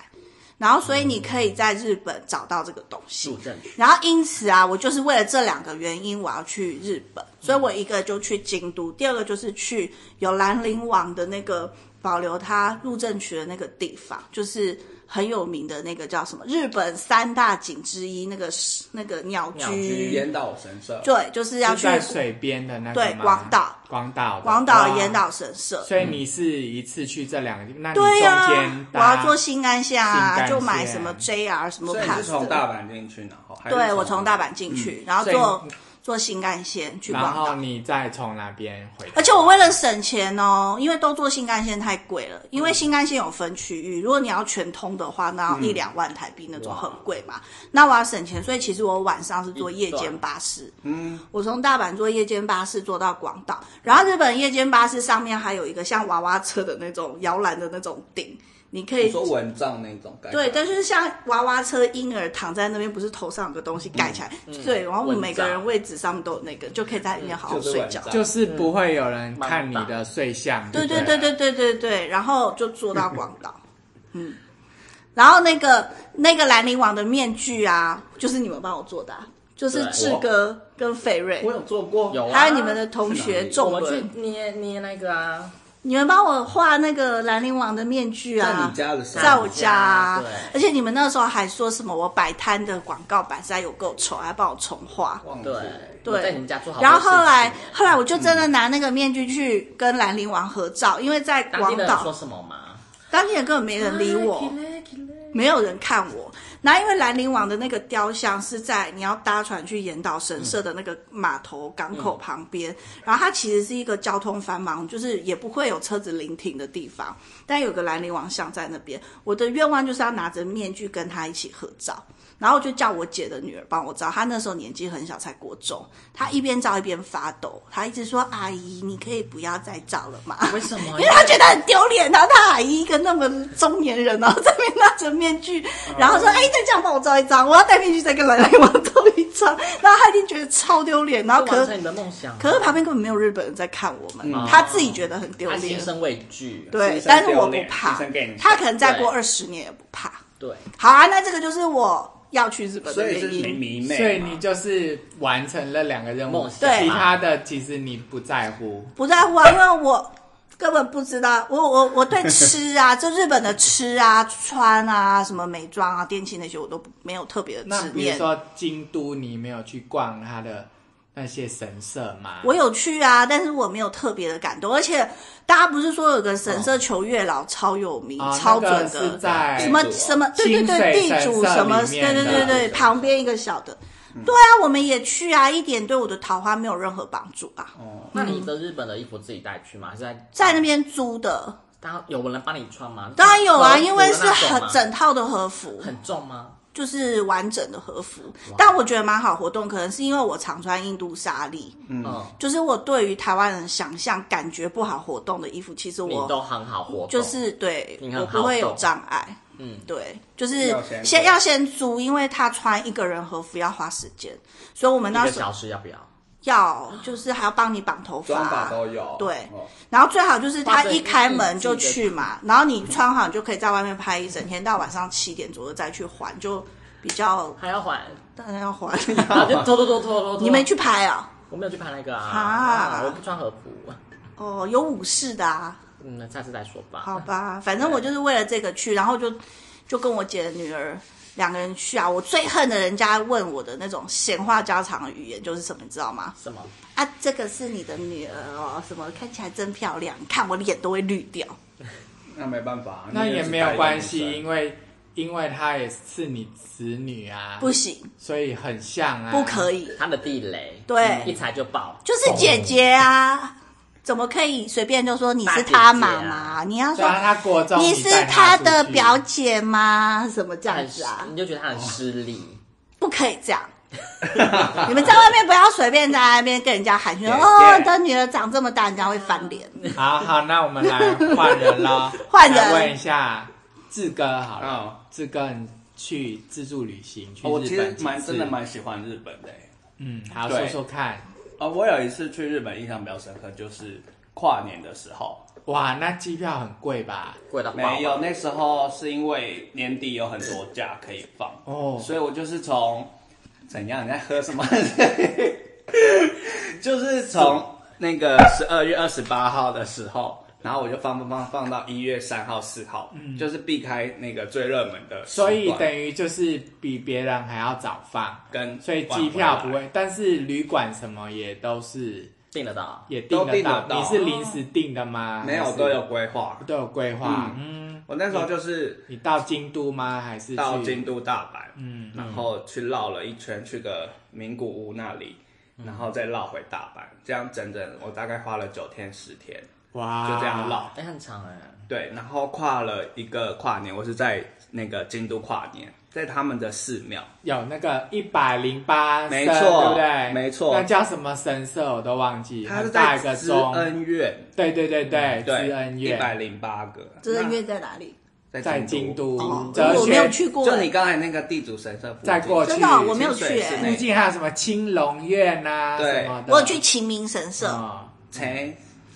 [SPEAKER 1] 然后所以
[SPEAKER 5] 嗯
[SPEAKER 1] 你可以在日本找到这个东西。
[SPEAKER 5] 入阵曲。
[SPEAKER 1] 然后因此啊，我就是为了这两个原因，我要去日本，所以我一个就去京都，第二个就是去有兰陵王的那个保留他入阵曲的那个地方，就是很有名的那个叫什么日本三大景之一，那个是那个鸟
[SPEAKER 5] 鸟居
[SPEAKER 1] 居，
[SPEAKER 4] 岩岛神社，
[SPEAKER 1] 对，就是要
[SPEAKER 3] 是
[SPEAKER 1] 去
[SPEAKER 3] 在水边的那个
[SPEAKER 1] 对
[SPEAKER 3] 吗
[SPEAKER 1] 广岛，
[SPEAKER 3] 广岛的，
[SPEAKER 1] 广岛
[SPEAKER 3] 哇
[SPEAKER 1] 岩。岛神社。
[SPEAKER 3] 所以你是一次去这两个地方，那你
[SPEAKER 1] 对呀、
[SPEAKER 3] 哦中间
[SPEAKER 1] 我要
[SPEAKER 3] 搭
[SPEAKER 1] 坐新干线
[SPEAKER 3] 新干
[SPEAKER 1] 啊，
[SPEAKER 3] 线
[SPEAKER 1] 就买什么 JR 什么
[SPEAKER 4] 所以你是
[SPEAKER 1] pass
[SPEAKER 4] 从
[SPEAKER 1] 的。
[SPEAKER 4] 大阪进去，然后还是
[SPEAKER 1] 对，我从大阪进去，然后
[SPEAKER 3] 所以
[SPEAKER 1] 坐坐新干线去
[SPEAKER 3] 然
[SPEAKER 1] 广
[SPEAKER 3] 后
[SPEAKER 1] 岛。
[SPEAKER 3] 你再从那边回来。
[SPEAKER 1] 而且我为了省钱哦，因为都坐新干线太贵了，
[SPEAKER 4] 嗯
[SPEAKER 1] 因为新干线有分区域，如果你要全通的话，那
[SPEAKER 4] 嗯
[SPEAKER 1] 要一两万台币那种很贵嘛。那我要省钱，所以其实我晚上是坐夜间巴士。嗯，我从大阪坐夜间巴士坐到广岛，然后日本夜间巴士上面还有一个像娃娃车的那种摇篮的那种顶，你可以
[SPEAKER 4] 你说蚊帐那种感觉，
[SPEAKER 1] 对，但是像娃娃车、婴儿躺在那边，不是头上有个东西盖起来？
[SPEAKER 4] 嗯
[SPEAKER 1] 对，然后我们每个人位置上面都有那个，就可以在里面好好睡觉。
[SPEAKER 4] 嗯就是晚上
[SPEAKER 3] 就是不会有人
[SPEAKER 4] 嗯
[SPEAKER 3] 看你的睡相，
[SPEAKER 1] 对
[SPEAKER 3] 不
[SPEAKER 1] 对对对对对对，然后就坐到广岛，嗯，然后那个那个兰陵王的面具啊，就是你们帮我做的、啊，就是
[SPEAKER 5] 对
[SPEAKER 1] 志哥跟斐瑞
[SPEAKER 4] 我，有做过，
[SPEAKER 5] 有啊
[SPEAKER 1] 还有你们的同
[SPEAKER 4] 是哪
[SPEAKER 1] 学
[SPEAKER 4] 里
[SPEAKER 5] 我
[SPEAKER 1] 仲
[SPEAKER 5] 们去
[SPEAKER 1] 伦，
[SPEAKER 5] 捏捏那个啊，
[SPEAKER 1] 你们帮我画那个兰陵王的面具啊，
[SPEAKER 4] 在你家的时候，
[SPEAKER 1] 在我家、啊
[SPEAKER 5] 对，
[SPEAKER 1] 而且你们那时候还说什么我摆摊的广告版实在有够丑，还帮我重画。
[SPEAKER 4] 忘记
[SPEAKER 5] 对，我
[SPEAKER 1] 对，
[SPEAKER 5] 在你们家做好多
[SPEAKER 1] 然
[SPEAKER 5] 事
[SPEAKER 1] 后
[SPEAKER 5] 情。
[SPEAKER 1] 后来，后来我就真的拿那个面具去跟兰陵王合照，因为在
[SPEAKER 5] 当地
[SPEAKER 1] 广
[SPEAKER 5] 的人说
[SPEAKER 1] 岛，
[SPEAKER 5] 什么吗？
[SPEAKER 1] 当地人根本没人理我，没有人看我。然后因为兰陵王的那个雕像是在你要搭船去岩岛神社的那个码头港口旁边，然后它其实是一个交通繁忙，就是也不会有车子临停的地方，但有个兰陵王像在那边。我的愿望就是要拿着面具跟他一起合照。然后我就叫我姐的女儿帮我照，她那时候年纪很小，才国中，她一边照一边发抖，她一直说：“阿姨，你可以不要再照了吗？” <laughs>
[SPEAKER 5] 为什么？
[SPEAKER 1] 因为他觉得很丢脸啊，他阿姨一个那么中年人， <laughs> 然后这边拿着面具，
[SPEAKER 4] 啊
[SPEAKER 1] 然后说：“哎、再这样帮我照一张，我要戴面具再跟 <laughs> 兰兰王照一张。”然后他一定觉得超丢脸，然后
[SPEAKER 5] 这
[SPEAKER 1] 可
[SPEAKER 5] 完成你的梦想啊，
[SPEAKER 1] 可是旁边根本没有日本人在看我们，
[SPEAKER 4] 嗯
[SPEAKER 1] 他自己觉得很丢
[SPEAKER 5] 他
[SPEAKER 1] 脸
[SPEAKER 5] 心。生畏惧。
[SPEAKER 1] 对
[SPEAKER 4] 心，生
[SPEAKER 1] 但是
[SPEAKER 4] 丢
[SPEAKER 1] 我不
[SPEAKER 4] 脸
[SPEAKER 1] 怕
[SPEAKER 4] 心生感，
[SPEAKER 1] 他可能再过
[SPEAKER 5] 对
[SPEAKER 1] 二十年也不怕。
[SPEAKER 5] 对，
[SPEAKER 1] 好啊，那这个就是我要去日本
[SPEAKER 4] 所
[SPEAKER 1] 的原
[SPEAKER 4] 以是你
[SPEAKER 1] 因。
[SPEAKER 4] 迷妹嘛，
[SPEAKER 3] 所以你就是完成了两个任务
[SPEAKER 5] 梦，想
[SPEAKER 1] 对
[SPEAKER 3] 其他的其实你不在乎。
[SPEAKER 1] 不在乎啊，因为我根本不知道，我我我对吃
[SPEAKER 3] <laughs>
[SPEAKER 1] 啊，就日本的吃啊、穿啊、什么美妆啊、电器那些，我都不没有特别的
[SPEAKER 3] 那
[SPEAKER 1] 执
[SPEAKER 3] 比如
[SPEAKER 1] 念。
[SPEAKER 3] 说京都，你没有去逛它的那些神社吗？
[SPEAKER 1] 我有去啊，但是我没有特别的感动，而且大家不是说有个神社求月老超有名、
[SPEAKER 3] 啊，
[SPEAKER 1] 超准
[SPEAKER 3] 哦那个
[SPEAKER 1] 的，
[SPEAKER 3] 是在
[SPEAKER 1] 什么什么，对对对，
[SPEAKER 3] 清水
[SPEAKER 1] 地主
[SPEAKER 3] 神社
[SPEAKER 1] 什么，
[SPEAKER 3] 里
[SPEAKER 1] 对
[SPEAKER 3] 面
[SPEAKER 1] 对
[SPEAKER 3] 的嗯
[SPEAKER 1] 对对，旁边一个小的，对啊，我们也去啊，一点对我的桃花没有任何帮助啊，
[SPEAKER 3] 哦
[SPEAKER 5] 那你的日本的衣服自己带去吗？还是在
[SPEAKER 1] 在那边租的，
[SPEAKER 5] 当有人帮你穿吗？
[SPEAKER 1] 当然
[SPEAKER 3] 哦
[SPEAKER 1] 有啊，
[SPEAKER 5] 和服的
[SPEAKER 1] 因为是
[SPEAKER 5] 那种
[SPEAKER 1] 很
[SPEAKER 5] 吗
[SPEAKER 1] 整套的和服，
[SPEAKER 5] 很重吗？
[SPEAKER 1] 就是完整的和服，但我觉得蛮好活动，可能是因为我常穿印度纱丽，
[SPEAKER 5] 嗯，
[SPEAKER 1] 就是我对于台湾人想象感觉不好活动的衣服，其实
[SPEAKER 5] 你
[SPEAKER 1] 我
[SPEAKER 5] 都很好活动，
[SPEAKER 1] 就是对
[SPEAKER 5] 你很
[SPEAKER 1] 我
[SPEAKER 5] 好
[SPEAKER 1] 不会有
[SPEAKER 5] 懂
[SPEAKER 1] 障碍。
[SPEAKER 5] 嗯，
[SPEAKER 1] 对，就是
[SPEAKER 4] 要
[SPEAKER 1] 先
[SPEAKER 4] 先租
[SPEAKER 1] 要先租，因为他穿一个人和服要花时间，所以我们
[SPEAKER 5] 一
[SPEAKER 1] 那
[SPEAKER 5] 个
[SPEAKER 1] 时候
[SPEAKER 5] 小时要不要？
[SPEAKER 1] 要就是还要帮你绑头
[SPEAKER 4] 妆
[SPEAKER 1] 发
[SPEAKER 4] 法，都有，
[SPEAKER 1] 对
[SPEAKER 4] 哦
[SPEAKER 1] 然后最好就是他
[SPEAKER 5] 花生
[SPEAKER 1] 一开门
[SPEAKER 5] 自己
[SPEAKER 1] 就
[SPEAKER 5] 的
[SPEAKER 1] 去嘛，然后你穿好你就可以在外面拍一整天，到晚上七点左右再去还，就比较
[SPEAKER 5] 还要还？
[SPEAKER 1] 当然要还。
[SPEAKER 5] 然后就拖拖拖拖拖拖。
[SPEAKER 1] 你没？去拍啊？
[SPEAKER 5] 我没有去拍那个啊，
[SPEAKER 1] 啊
[SPEAKER 5] 啊我不穿和服。
[SPEAKER 1] 哦，有武士的啊，
[SPEAKER 5] 嗯，下次再说吧。
[SPEAKER 1] 好吧，反正我就是为了这个去，然后就就跟我姐的女儿两个人去啊。我最恨的人家问我的那种闲话家常的语言就是什么，你知道吗？
[SPEAKER 5] 什么？
[SPEAKER 1] 啊，这个是你的女儿哦，什么看起来真漂亮，看我脸都会绿掉。
[SPEAKER 4] 那没办法，
[SPEAKER 3] 那
[SPEAKER 4] 你
[SPEAKER 3] 也
[SPEAKER 4] 是
[SPEAKER 3] 没有
[SPEAKER 4] 白
[SPEAKER 3] 关
[SPEAKER 4] 人
[SPEAKER 3] 系，
[SPEAKER 4] 女
[SPEAKER 3] 因为因为她也是你子女啊，
[SPEAKER 1] 不行，
[SPEAKER 3] 所以很像啊，
[SPEAKER 1] 不可以，
[SPEAKER 5] 他的地雷，嗯
[SPEAKER 1] 对
[SPEAKER 5] 一踩就爆。
[SPEAKER 1] 就是姐姐啊，怎么可以随便就说你是她妈妈？你要
[SPEAKER 3] 对啊，
[SPEAKER 1] 说
[SPEAKER 3] 他国中
[SPEAKER 1] 你
[SPEAKER 3] 你
[SPEAKER 1] 是
[SPEAKER 3] 带
[SPEAKER 1] 她
[SPEAKER 3] 她
[SPEAKER 1] 的
[SPEAKER 3] 出去
[SPEAKER 1] 表姐吗？什么这样
[SPEAKER 5] 他很
[SPEAKER 1] 子
[SPEAKER 5] 失
[SPEAKER 1] 啊，？
[SPEAKER 5] 你就觉得他很失礼，
[SPEAKER 1] 不可以这样。 <laughs> 你们在外面不要随便在那边跟人家寒暄
[SPEAKER 4] 对
[SPEAKER 1] 哦，
[SPEAKER 4] 对
[SPEAKER 1] 你的女儿长这么大，人家会翻脸。，
[SPEAKER 3] 好好，那我们来换人喽
[SPEAKER 1] <laughs> 换人
[SPEAKER 3] 来问一下志哥好了，
[SPEAKER 4] 哦
[SPEAKER 3] 志哥你去自助旅行去
[SPEAKER 4] 生，哦我
[SPEAKER 3] 日
[SPEAKER 4] 其
[SPEAKER 3] 本
[SPEAKER 4] 实
[SPEAKER 3] 几
[SPEAKER 4] 蛮
[SPEAKER 3] 次
[SPEAKER 4] 真的蛮喜欢日本的欸。
[SPEAKER 3] 嗯，好说
[SPEAKER 4] 对
[SPEAKER 3] 说看，
[SPEAKER 4] 哦，我有一次去日本印象比较深刻，就是跨年的时候，
[SPEAKER 3] 哇，那机票很贵吧？
[SPEAKER 5] 贵到爆。
[SPEAKER 4] 没有，那时候是因为年底有很多假可以放，
[SPEAKER 3] 哦，
[SPEAKER 4] 所以我就是从怎样你在喝什么？ <laughs> 就是从那个十二月二十八号的时候，然后我就放放放放到一月三号、四号，就是避开那个最热门的时
[SPEAKER 3] 嗯所
[SPEAKER 4] 段，
[SPEAKER 3] 以等于就是比别人还要早放，
[SPEAKER 4] 跟
[SPEAKER 3] 所以
[SPEAKER 4] 晚
[SPEAKER 3] 机票
[SPEAKER 4] 回
[SPEAKER 3] 不
[SPEAKER 4] 来
[SPEAKER 3] 会，但是旅馆什么也都是
[SPEAKER 5] 订得到。
[SPEAKER 3] 也订
[SPEAKER 4] 都
[SPEAKER 3] 得
[SPEAKER 4] 订
[SPEAKER 3] 到。
[SPEAKER 4] 得到
[SPEAKER 3] 你是临时订的吗？
[SPEAKER 4] 没
[SPEAKER 3] 还
[SPEAKER 4] 有
[SPEAKER 3] 是
[SPEAKER 4] 都有规划。
[SPEAKER 3] 都有规划。嗯，
[SPEAKER 4] 我那时候就是
[SPEAKER 3] 你到京都吗？还是
[SPEAKER 4] 到
[SPEAKER 3] 去
[SPEAKER 4] 京都、大阪，嗯，然后去绕了一圈，去个名古屋那里，
[SPEAKER 3] 嗯
[SPEAKER 4] 然后再绕回大阪，这样整整我大概花了九天十天，
[SPEAKER 3] 哇，
[SPEAKER 4] 就这样绕。
[SPEAKER 5] 哎、很长哎、
[SPEAKER 4] 对，然后跨了一个跨年，我是在那个京都跨年，在他们的寺庙，
[SPEAKER 3] 有那个一百零八，
[SPEAKER 4] 没
[SPEAKER 3] 对
[SPEAKER 4] 错
[SPEAKER 3] 不对？
[SPEAKER 4] 没错
[SPEAKER 3] 那叫什么神社我都忘记，
[SPEAKER 4] 它是
[SPEAKER 3] 很大
[SPEAKER 4] 在
[SPEAKER 3] 一个
[SPEAKER 4] 知
[SPEAKER 3] 钟，
[SPEAKER 4] 恩院，
[SPEAKER 3] 对对对对，知
[SPEAKER 4] 嗯对，
[SPEAKER 3] 恩
[SPEAKER 4] 一百
[SPEAKER 3] 院
[SPEAKER 4] 零八个，
[SPEAKER 1] 知恩院在哪里？
[SPEAKER 4] 那
[SPEAKER 3] 在
[SPEAKER 4] 在
[SPEAKER 3] 京
[SPEAKER 4] 都，
[SPEAKER 1] 哦
[SPEAKER 3] 都，，哲
[SPEAKER 1] 我没有
[SPEAKER 3] 学
[SPEAKER 1] 去过
[SPEAKER 4] 就你刚才那个地主神社附近，
[SPEAKER 3] 再过去
[SPEAKER 1] 真的哦我没有去
[SPEAKER 4] 清水寺
[SPEAKER 1] 哎
[SPEAKER 4] 那
[SPEAKER 3] 附近还有什么青龙院呐、啊，
[SPEAKER 4] 对
[SPEAKER 3] 什么的，
[SPEAKER 1] 我有去秦明神社，
[SPEAKER 3] 啊，
[SPEAKER 4] 才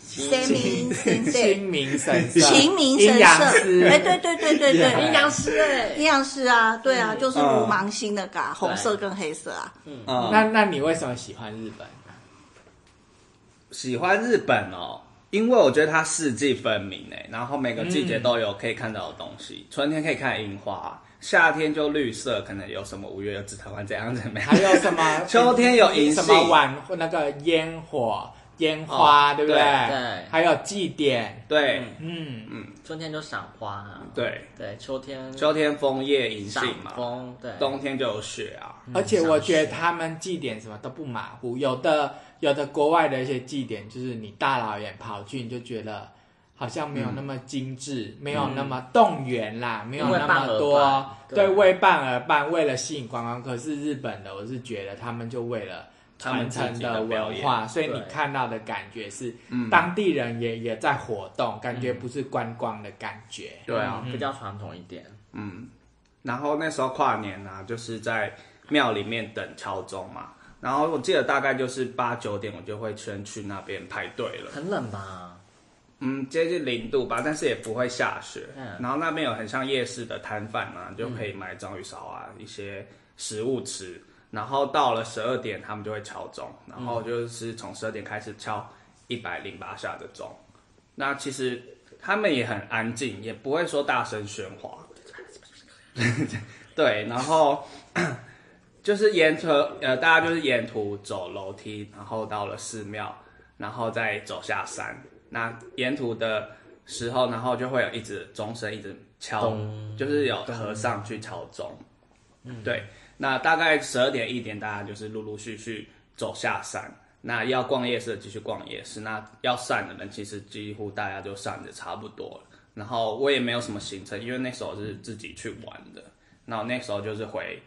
[SPEAKER 1] 秦明神社，
[SPEAKER 3] 清明神社，
[SPEAKER 1] 秦明神
[SPEAKER 3] 阴
[SPEAKER 1] 社
[SPEAKER 3] 阳师，，
[SPEAKER 1] 哎，对对对对对，
[SPEAKER 5] 阴阳师哎、
[SPEAKER 1] 阴阳师啊，对啊，就是无
[SPEAKER 4] 嗯
[SPEAKER 1] 芒星的嘎，红色跟黑色啊，
[SPEAKER 4] 嗯，
[SPEAKER 3] 那那你为什么喜欢日本？啊
[SPEAKER 4] 喜欢日本哦，因为我觉得它四季分明诶，然后每个季
[SPEAKER 3] 嗯
[SPEAKER 4] 节都有可以看到的东西，春天可以看樱花，夏天就绿色，可能有什么五月有紫藤花这样子没有
[SPEAKER 3] 还有什
[SPEAKER 4] <laughs>
[SPEAKER 3] 么
[SPEAKER 4] 秋天有银杏
[SPEAKER 3] 什么晚那个烟火、烟花，
[SPEAKER 4] 哦
[SPEAKER 3] 对不对？
[SPEAKER 4] 对
[SPEAKER 5] 对
[SPEAKER 3] 还有祭典，
[SPEAKER 4] 对、
[SPEAKER 3] 嗯，
[SPEAKER 5] 春天就赏花、啊，
[SPEAKER 4] 对，
[SPEAKER 5] 对，秋天
[SPEAKER 4] 嗯秋天枫叶银
[SPEAKER 5] 赏
[SPEAKER 4] 杏嘛，
[SPEAKER 5] 枫，对，
[SPEAKER 4] 冬天就有雪啊，
[SPEAKER 3] 而且我觉得他们祭典什么都不马虎，有的有的国外的一些祭典，就是你大老远跑去，你就觉得好像没有那么精致，没有那么动员
[SPEAKER 4] 嗯
[SPEAKER 3] 啦，没有那么
[SPEAKER 5] 为办而
[SPEAKER 3] 多
[SPEAKER 5] 办，
[SPEAKER 3] 对，
[SPEAKER 5] 对
[SPEAKER 3] 为办而办，为了吸引观光客。是日本的，我是觉得他们就为了。
[SPEAKER 4] 他们
[SPEAKER 3] 传
[SPEAKER 4] 自己的
[SPEAKER 3] 承文
[SPEAKER 4] 表嗯
[SPEAKER 3] 化，所以你
[SPEAKER 5] 对
[SPEAKER 3] 看到的感觉是，当地人也也在活动，感觉不是观光的感觉。
[SPEAKER 4] 对啊，
[SPEAKER 5] 比较传统一点，
[SPEAKER 4] 然后那时候跨年啊，就是在庙里面等敲钟嘛。然后我记得大概就是八九点，我就会先去那边排队了。
[SPEAKER 5] 很冷吧？
[SPEAKER 4] 嗯，接近零度吧，但是也不会下雪。
[SPEAKER 5] 嗯
[SPEAKER 4] 然后那边有很像夜市的摊贩啊，你就可以买章鱼烧啊、一些食物吃。然后到了十二点，他们就会敲钟，然后就是从十二点开始敲一百零八下的钟。那其实他们也很安静，也不会说大声喧哗。对，然后 <coughs> 就是沿途呃，大家就是沿途走楼梯，然后到了寺庙，然后再走下山。那沿途的时候，然后就会有一直钟声一直敲，就是有和尚去敲钟。对，那大概十二点一点，大家就是陆陆续续走下山。那要逛夜市的继续逛夜市，那要散的人其实几乎大家就散的差不多了。然后我也没有什么行程，因为那时候是自己去玩的。那我那时候就是回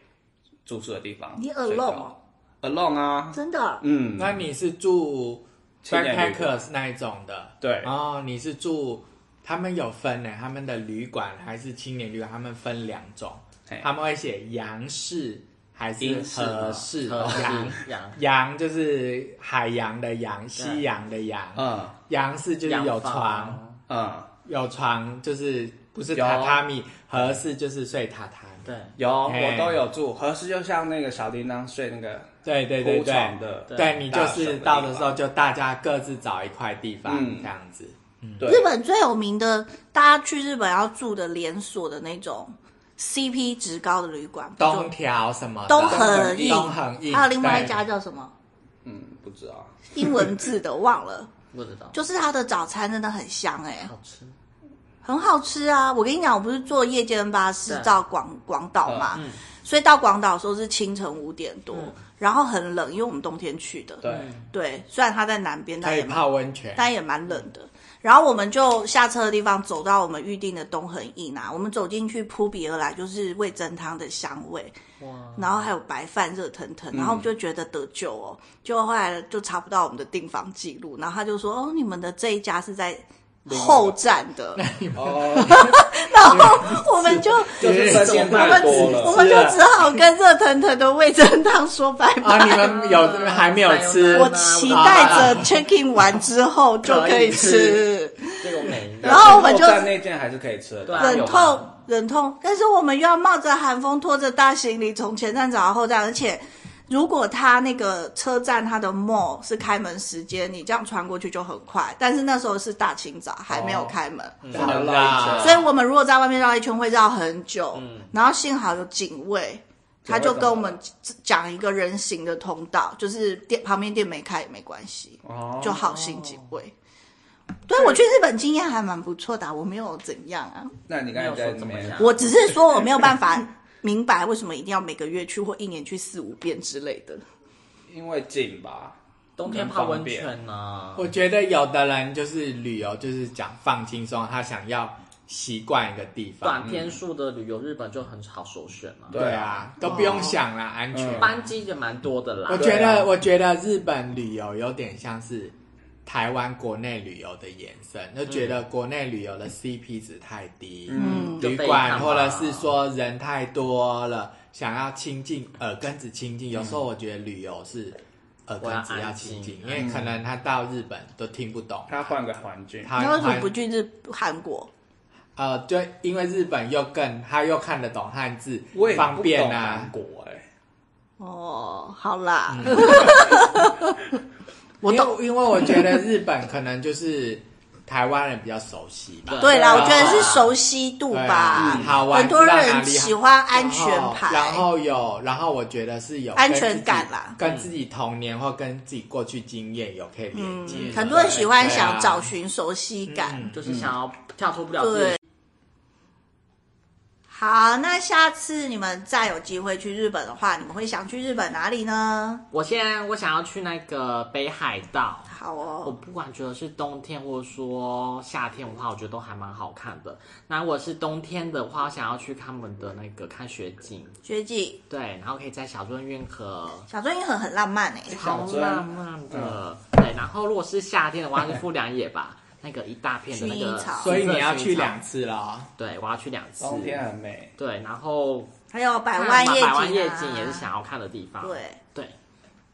[SPEAKER 4] 住宿的地方。
[SPEAKER 1] 你
[SPEAKER 4] 睡
[SPEAKER 1] alone
[SPEAKER 4] 觉？alone 啊，
[SPEAKER 1] 真的，
[SPEAKER 4] 嗯，
[SPEAKER 3] 那你是住
[SPEAKER 4] 青年旅馆
[SPEAKER 3] backpackers 那一种的？
[SPEAKER 4] 对
[SPEAKER 3] 然后你是住，他们有分呢，他们的旅馆还是青年旅馆，他们分两种
[SPEAKER 4] 嘿，
[SPEAKER 3] 他们会写洋式还是
[SPEAKER 4] 英式吗
[SPEAKER 3] 和式？
[SPEAKER 5] 和
[SPEAKER 3] 洋
[SPEAKER 5] 洋
[SPEAKER 3] 洋就是海洋的洋，西洋的洋，
[SPEAKER 4] 嗯
[SPEAKER 3] 洋式就是有
[SPEAKER 5] 洋房
[SPEAKER 3] 床，
[SPEAKER 4] 嗯，
[SPEAKER 3] 有床就是不是
[SPEAKER 4] 有
[SPEAKER 3] 榻榻米，和式就是睡榻榻米。
[SPEAKER 5] 对，
[SPEAKER 4] 有
[SPEAKER 3] 嘿
[SPEAKER 4] 我都有住，合适就像那个小叮当睡那个
[SPEAKER 3] 对对对
[SPEAKER 4] 铺
[SPEAKER 3] 对
[SPEAKER 4] 床，的
[SPEAKER 5] 对
[SPEAKER 3] 对你就
[SPEAKER 4] 大小的
[SPEAKER 3] 是
[SPEAKER 4] 地
[SPEAKER 3] 到的时候
[SPEAKER 4] 方
[SPEAKER 3] 就大家各自找一块地方、
[SPEAKER 4] 嗯
[SPEAKER 3] 这样子。
[SPEAKER 4] 对
[SPEAKER 1] 日本最有名的，大家去日本要住的连锁的那种 CP 值高的旅馆，不
[SPEAKER 3] 东
[SPEAKER 1] 就
[SPEAKER 3] 条什么的
[SPEAKER 1] 东恒
[SPEAKER 3] 东恒
[SPEAKER 1] 印，
[SPEAKER 3] 印，
[SPEAKER 1] 还有另外一家
[SPEAKER 3] 对
[SPEAKER 1] 叫什么
[SPEAKER 4] 嗯，不知道。
[SPEAKER 1] 英文字的，忘了。
[SPEAKER 5] 不知道，
[SPEAKER 1] 就是它的早餐真的很香哎、
[SPEAKER 3] 嗯
[SPEAKER 5] 好吃，
[SPEAKER 1] 很好吃啊！我跟你讲，我不是坐夜间巴士
[SPEAKER 5] 对
[SPEAKER 1] 到广广岛嘛，
[SPEAKER 3] 嗯
[SPEAKER 1] 所以到广岛的时候是清晨五点多，然后很冷，因为我们冬天去的。
[SPEAKER 4] 对，
[SPEAKER 3] 嗯
[SPEAKER 1] 对，虽然它在南边，
[SPEAKER 3] 可
[SPEAKER 1] 但
[SPEAKER 3] 以
[SPEAKER 1] 也蛮
[SPEAKER 3] 泡温泉。
[SPEAKER 1] 但也蛮冷的。然后我们就下车的地方走到我们预定的东横印啊，我们走进去扑鼻而来就是味噌汤的香味，
[SPEAKER 5] 哇，
[SPEAKER 1] 然后还有白饭热腾腾，然后我们就觉得得救哦，就后来就查不到我们的订房记录，然后他就说哦，你们的这一家是在后站的，
[SPEAKER 4] 哦，
[SPEAKER 1] 然后我们就
[SPEAKER 4] 就是分店
[SPEAKER 1] 我
[SPEAKER 4] 太
[SPEAKER 1] 们
[SPEAKER 4] 多了。
[SPEAKER 1] 我们就只好跟热腾腾的味噌汤说拜拜。
[SPEAKER 3] 啊，你们有还没有吃？
[SPEAKER 1] <laughs> 我期待着 check in 完之后就可以吃。
[SPEAKER 5] 这个
[SPEAKER 1] <laughs>
[SPEAKER 5] 没
[SPEAKER 1] 然后我们就
[SPEAKER 4] 但那件还是可以吃的，
[SPEAKER 5] 对啊
[SPEAKER 1] 忍
[SPEAKER 5] 有
[SPEAKER 1] 痛
[SPEAKER 5] 吧
[SPEAKER 1] 忍痛，但是我们又要冒着寒风，拖着大行李从前站走到后站，而且如果它那个车站它的 mall 是开门时间，你这样穿过去就很快。但是那时候是大清早，还没有开门，
[SPEAKER 4] 真的
[SPEAKER 5] 好
[SPEAKER 4] 绕一
[SPEAKER 5] 啦
[SPEAKER 4] 圈
[SPEAKER 1] 所以我们如果在外面绕一圈会绕很久。然后幸好有警嗯卫，他就跟我们讲一个人行的通道，就是店旁边店没开也没关系，
[SPEAKER 4] 哦
[SPEAKER 1] 就好心警卫。对，我去日本经验还蛮不错的啊、我没有怎样啊，
[SPEAKER 4] 那你刚才在怎么样？
[SPEAKER 1] 我只是说我没有办法明白为什么一定要每个月去或一年去四五遍之类的。
[SPEAKER 4] 因为近吧，
[SPEAKER 5] 冬天泡温泉啊呢、
[SPEAKER 3] 我觉得有的人就是旅游，就是讲放轻松，他想要习惯一个地
[SPEAKER 5] 短
[SPEAKER 3] 方。
[SPEAKER 5] 天数的旅游，日本就很好首选啊。
[SPEAKER 4] 对
[SPEAKER 3] 对啊，都不用想啦，安全。
[SPEAKER 5] 班机也蛮多的啦。
[SPEAKER 3] 我觉
[SPEAKER 4] 啊
[SPEAKER 3] 得，我觉得日本旅游有点像是台湾国内旅游的延伸，就觉得国内旅游的 CP 值太低，旅
[SPEAKER 4] 嗯
[SPEAKER 5] 嗯就被看
[SPEAKER 3] 馆
[SPEAKER 5] 嘛
[SPEAKER 3] 或者是说人太多了，想要亲近耳根子亲
[SPEAKER 5] 嗯
[SPEAKER 3] 近，有时候我觉得旅游是呃耳根子要亲近，因
[SPEAKER 5] 我要安静
[SPEAKER 3] 为可能他到日本都听不懂，
[SPEAKER 4] 他换个环境，
[SPEAKER 3] 他
[SPEAKER 1] 那为什么
[SPEAKER 3] 他
[SPEAKER 1] 不去日韩国？
[SPEAKER 3] 呃，对，因为日本又更他又看得懂汉字
[SPEAKER 4] 我也，
[SPEAKER 3] 方
[SPEAKER 4] 不
[SPEAKER 3] 便
[SPEAKER 4] 懂韩
[SPEAKER 3] 啊。
[SPEAKER 4] 国哎，
[SPEAKER 1] 哦，好啦，
[SPEAKER 3] 嗯我懂，因为我觉得日本可能就是台湾人比较熟悉吧。
[SPEAKER 1] 对啦，我觉得是
[SPEAKER 5] 啊
[SPEAKER 1] 熟悉度
[SPEAKER 3] 对
[SPEAKER 1] 吧
[SPEAKER 3] 啊，好玩
[SPEAKER 1] 很多
[SPEAKER 3] 知道哪
[SPEAKER 1] 人
[SPEAKER 3] 里
[SPEAKER 1] 喜
[SPEAKER 3] 好
[SPEAKER 1] 欢安全
[SPEAKER 3] 然后然
[SPEAKER 1] 牌，
[SPEAKER 3] 后有，然后我觉得是有
[SPEAKER 1] 安
[SPEAKER 3] 跟
[SPEAKER 1] 全
[SPEAKER 3] 自己
[SPEAKER 1] 感啦嗯
[SPEAKER 3] 跟自己童年或跟自己过去经验有可以连接的。
[SPEAKER 1] 很多人喜欢
[SPEAKER 3] 对啊
[SPEAKER 1] 想找寻熟悉感。
[SPEAKER 3] 嗯
[SPEAKER 5] 就是想要跳脱不了自
[SPEAKER 1] 对
[SPEAKER 5] 己。
[SPEAKER 1] 好，那下次你们再有机会去日本的话，你们会想去日本哪里呢？
[SPEAKER 5] 我现在我想要去那个北海道，
[SPEAKER 1] 好
[SPEAKER 5] 我
[SPEAKER 1] 哦，
[SPEAKER 5] 不管觉得是冬天或者说夏天的话，我觉得都还蛮好看的。那如果是冬天的话，我想要去他们的那个看雪景，
[SPEAKER 1] 学姐，
[SPEAKER 5] 对，然后可以在小樽运河，
[SPEAKER 1] 小樽运河很浪漫哎、
[SPEAKER 5] 好
[SPEAKER 4] 小樽
[SPEAKER 5] 浪漫的。对，然后如果是夏天的话，就富良野吧，那个一大片的那
[SPEAKER 1] 薰
[SPEAKER 5] 个
[SPEAKER 1] 衣草，
[SPEAKER 3] 所以你要去
[SPEAKER 5] 薰衣
[SPEAKER 3] 两次了
[SPEAKER 5] 草，对，我要去两次。
[SPEAKER 4] 冬天啊很美。
[SPEAKER 5] 对，然后
[SPEAKER 1] 还有百
[SPEAKER 5] 看
[SPEAKER 1] 万夜景、啊，
[SPEAKER 5] 百万夜景也是想要看的地方。
[SPEAKER 1] 对，
[SPEAKER 5] 对，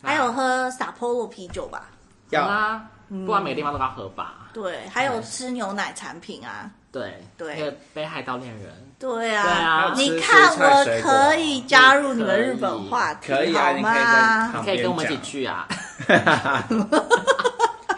[SPEAKER 1] 还
[SPEAKER 5] 啊
[SPEAKER 1] 有嗯喝 Sapporo 啤酒吧，
[SPEAKER 5] 有啦，不管每个地方都要合法。
[SPEAKER 1] 对，还有吃牛奶产品啊，
[SPEAKER 5] 对
[SPEAKER 1] 对
[SPEAKER 5] 那个北海道恋人，
[SPEAKER 1] 对啊，
[SPEAKER 5] 对啊
[SPEAKER 1] 你
[SPEAKER 4] 还有吃
[SPEAKER 1] 看
[SPEAKER 4] 蔬菜
[SPEAKER 1] 我
[SPEAKER 4] 水果
[SPEAKER 1] 可以加入你们日本话题
[SPEAKER 4] 可以啊，
[SPEAKER 1] 好
[SPEAKER 4] 你可以在
[SPEAKER 1] 吗？
[SPEAKER 4] 旁
[SPEAKER 5] 可
[SPEAKER 4] 边
[SPEAKER 5] 以跟我们一起
[SPEAKER 4] 讲。
[SPEAKER 5] 去啊。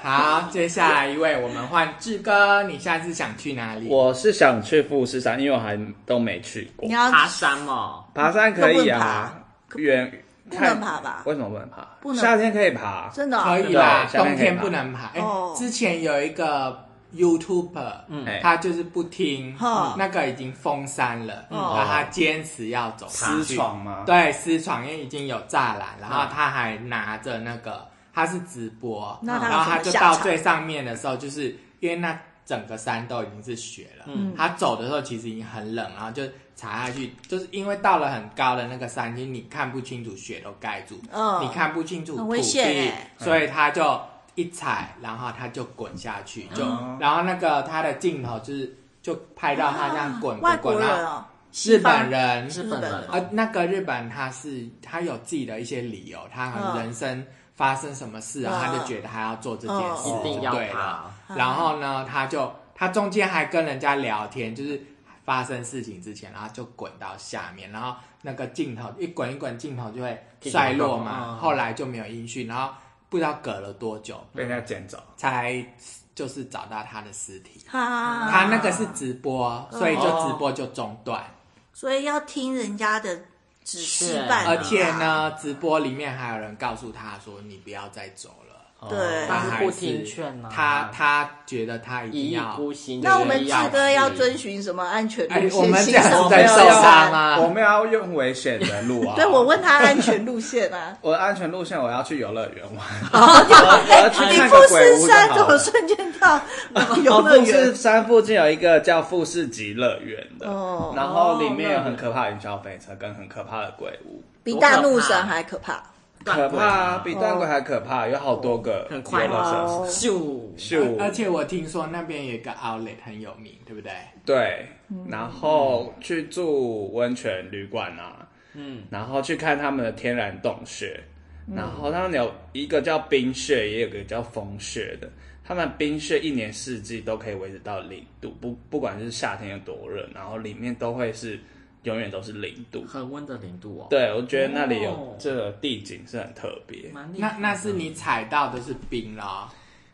[SPEAKER 3] 好，接下来一位我们换志哥，你下次想去哪里？
[SPEAKER 4] 我是想去富士山，因为我还都没去过
[SPEAKER 1] 你。要
[SPEAKER 5] 爬山哦，
[SPEAKER 4] 爬山可以
[SPEAKER 1] 都
[SPEAKER 4] 啊，远
[SPEAKER 1] 不能爬吧？
[SPEAKER 4] 为什么不能爬？
[SPEAKER 1] 不能
[SPEAKER 4] 夏天可以爬，
[SPEAKER 1] 真的哦、
[SPEAKER 3] 可以啦，
[SPEAKER 4] 对
[SPEAKER 3] 冬天不能爬。哎、
[SPEAKER 1] 哦
[SPEAKER 3] 之前有一个 YouTuber，嗯
[SPEAKER 4] 哎，
[SPEAKER 3] 他就是不听，
[SPEAKER 1] 哦
[SPEAKER 3] 那个已经封山了，然
[SPEAKER 1] 哦
[SPEAKER 3] 后他坚持要走上去
[SPEAKER 4] 私闯吗嗯
[SPEAKER 3] 对，私闯，因为已经有栅栏，然后他还拿着那个，他是直播，
[SPEAKER 1] 那他有
[SPEAKER 3] 然后
[SPEAKER 1] 什么
[SPEAKER 3] 他就
[SPEAKER 1] 下
[SPEAKER 3] 到
[SPEAKER 1] 场
[SPEAKER 3] 最上面的时候，就是因为那整个山都已经是雪了，
[SPEAKER 4] 嗯
[SPEAKER 1] 嗯
[SPEAKER 3] 他走的时候其实已经很冷，然后就。踩下去，就是因为到了很高的那个山丘，你看不清楚雪都盖住，
[SPEAKER 1] 嗯
[SPEAKER 3] 你看不清楚
[SPEAKER 1] 很
[SPEAKER 3] 土
[SPEAKER 1] 危
[SPEAKER 3] 地，
[SPEAKER 1] 险欸
[SPEAKER 4] 嗯
[SPEAKER 3] 所以他就一踩，然后他就滚下去，就、
[SPEAKER 4] 嗯
[SPEAKER 3] 然后那个他的镜头就是就拍到他这样滚
[SPEAKER 1] 外国
[SPEAKER 3] 滚滚，
[SPEAKER 1] 人
[SPEAKER 3] 然后
[SPEAKER 1] 哦，
[SPEAKER 3] 日
[SPEAKER 1] 西方
[SPEAKER 3] 本人
[SPEAKER 5] 日本
[SPEAKER 1] 日
[SPEAKER 5] 人
[SPEAKER 1] 本
[SPEAKER 3] 呃那个日本他是他有自己的一些理由，他可能
[SPEAKER 1] 嗯
[SPEAKER 3] 人生发生什么事啊，
[SPEAKER 1] 嗯
[SPEAKER 3] 他就觉得他要做这件事，
[SPEAKER 5] 一定要
[SPEAKER 3] 哦对嗯
[SPEAKER 5] 爬
[SPEAKER 3] 了。。然后呢，他就他中间还跟人家聊天，就是发生事情之前，然后就滚到下面，然后那个镜头一滚一滚，镜头就会衰落嘛。
[SPEAKER 5] 嗯
[SPEAKER 3] 后来就没有音讯，然后不知道隔了多久
[SPEAKER 4] 被人家捡走。
[SPEAKER 3] 才就是找到他的尸体。
[SPEAKER 1] 哈，
[SPEAKER 3] 他那个是直播，所以就直播就中断。
[SPEAKER 1] 所以要听人家的指示办理啊、
[SPEAKER 3] 而且呢，直播里面还有人告诉他说：“你不要再走了。
[SPEAKER 1] 对
[SPEAKER 3] 他
[SPEAKER 5] 但哦是
[SPEAKER 3] 还
[SPEAKER 5] 不
[SPEAKER 3] 是
[SPEAKER 5] 听劝啊
[SPEAKER 3] 他他觉得他一
[SPEAKER 5] 一
[SPEAKER 3] 定
[SPEAKER 5] 意
[SPEAKER 3] 要
[SPEAKER 5] 孤行的
[SPEAKER 1] 那
[SPEAKER 5] 人
[SPEAKER 1] 我们志哥要遵
[SPEAKER 5] 自
[SPEAKER 1] 循什么安全路
[SPEAKER 3] 哎
[SPEAKER 1] 线？
[SPEAKER 3] 我们
[SPEAKER 1] 欣
[SPEAKER 3] 这样
[SPEAKER 1] 赏
[SPEAKER 3] 子在
[SPEAKER 1] 没有
[SPEAKER 3] 受
[SPEAKER 1] 要
[SPEAKER 3] 伤啊
[SPEAKER 4] 我们要用危险的路
[SPEAKER 1] <laughs>
[SPEAKER 4] 啊。。
[SPEAKER 1] 对，我问他安全路线啊
[SPEAKER 4] 我的安全路线，我要去游乐园玩。 <laughs> 我
[SPEAKER 1] 哎
[SPEAKER 4] 要去
[SPEAKER 1] 你
[SPEAKER 4] 看
[SPEAKER 1] 富
[SPEAKER 4] 个鬼
[SPEAKER 1] 士
[SPEAKER 4] 屋
[SPEAKER 1] 山
[SPEAKER 4] 就
[SPEAKER 1] 怎
[SPEAKER 4] 好
[SPEAKER 1] 么
[SPEAKER 4] 了。
[SPEAKER 1] 瞬间
[SPEAKER 5] <laughs>
[SPEAKER 1] 到游
[SPEAKER 4] 哦，
[SPEAKER 1] 乐
[SPEAKER 4] 富士
[SPEAKER 1] 园？
[SPEAKER 4] 山附近有一个叫富士急乐园的，
[SPEAKER 1] 哦
[SPEAKER 4] 然后里面有很可怕的云霄飞车跟很可怕的鬼屋，
[SPEAKER 1] 比大怒神还可怕。
[SPEAKER 4] 可怕啊，比断轨还可怕，有好多个
[SPEAKER 5] 很快
[SPEAKER 4] 游乐设
[SPEAKER 1] 哦
[SPEAKER 4] 施。
[SPEAKER 5] 咻，
[SPEAKER 4] 咻，
[SPEAKER 3] 而且我听说那边有一个 outlet 很有名，对不对？
[SPEAKER 4] 对，然后去住温泉旅馆啊，嗯，然后去看他们的天然洞穴，然后他们有一个叫冰穴，也有一个叫风穴的。他们冰穴一年四季都可以维持到零度，不不管是夏天有多热，然后里面都会是永远都是零度。
[SPEAKER 5] 恒温的零度哦，，
[SPEAKER 4] 对，我觉得那里有
[SPEAKER 5] 哦
[SPEAKER 4] 这个地景是很特别。
[SPEAKER 5] 蛮厉害
[SPEAKER 3] 那
[SPEAKER 5] 的
[SPEAKER 3] 那是你踩到的是冰啦，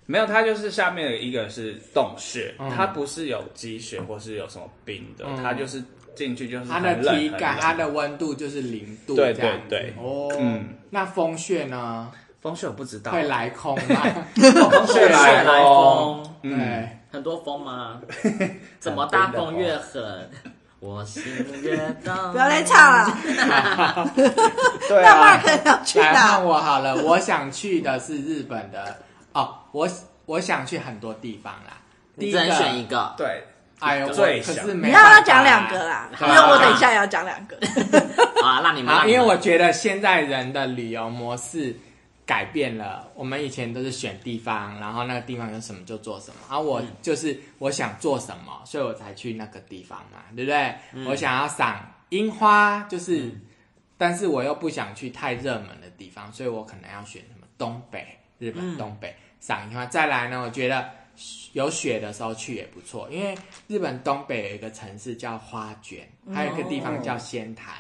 [SPEAKER 4] 没有，它就是下面有一个是洞穴，
[SPEAKER 3] 嗯
[SPEAKER 4] 它不是有积雪或是有什么冰的，它就是进去就是
[SPEAKER 3] 它
[SPEAKER 4] 很
[SPEAKER 3] 的
[SPEAKER 4] 冷
[SPEAKER 3] 体感、
[SPEAKER 4] 很冷
[SPEAKER 3] 它的温度就是零度
[SPEAKER 4] 对
[SPEAKER 3] 这样子
[SPEAKER 4] 对对
[SPEAKER 3] 哦，
[SPEAKER 4] 嗯
[SPEAKER 3] 那风雪呢
[SPEAKER 4] 风雪我不知道，
[SPEAKER 3] 会来空
[SPEAKER 4] <laughs>
[SPEAKER 3] 吗？
[SPEAKER 5] 风雪
[SPEAKER 4] 来嗯
[SPEAKER 5] 来
[SPEAKER 4] 风
[SPEAKER 5] 风，
[SPEAKER 3] 对，
[SPEAKER 5] <laughs> 很多风
[SPEAKER 3] <laughs>
[SPEAKER 5] 吗？怎么大风越狠？我心越
[SPEAKER 1] <laughs>
[SPEAKER 5] 荡。
[SPEAKER 1] 不要再唱了，
[SPEAKER 4] 对
[SPEAKER 1] 那
[SPEAKER 4] 啊
[SPEAKER 1] 外，人要去
[SPEAKER 3] 来换
[SPEAKER 1] 哪？
[SPEAKER 3] 我好了，我想去的是日本的哦，我我想去很多地方啦。第一
[SPEAKER 5] 你只
[SPEAKER 3] 个
[SPEAKER 5] 能选一个，
[SPEAKER 4] 对，
[SPEAKER 3] 哎呦，我
[SPEAKER 4] 最
[SPEAKER 3] 可
[SPEAKER 4] 想
[SPEAKER 3] 是没
[SPEAKER 1] 你要不
[SPEAKER 3] 办
[SPEAKER 1] 要
[SPEAKER 3] 法
[SPEAKER 1] 讲两个啦？因
[SPEAKER 3] 好
[SPEAKER 1] 为我等一下也要讲两个。
[SPEAKER 5] 好啊，让你们
[SPEAKER 3] 好，
[SPEAKER 5] 让你
[SPEAKER 3] 因
[SPEAKER 5] 们
[SPEAKER 3] 为我觉得现在人的旅游模式改变了，我们以前都是选地方，然后那个地方有什么就做什么，而、我
[SPEAKER 1] 嗯
[SPEAKER 3] 就是我想做什么，所以我才去那个地方嘛，对不对？
[SPEAKER 1] 嗯
[SPEAKER 3] 我想要赏樱花，就是，但是我又不想去太热门的地方，所以我可能要选什么东北，日本东北赏樱花。再来呢，我觉得。有雪的时候去也不错，因为日本东北有一个城市叫花卷，还有一个地方叫仙台。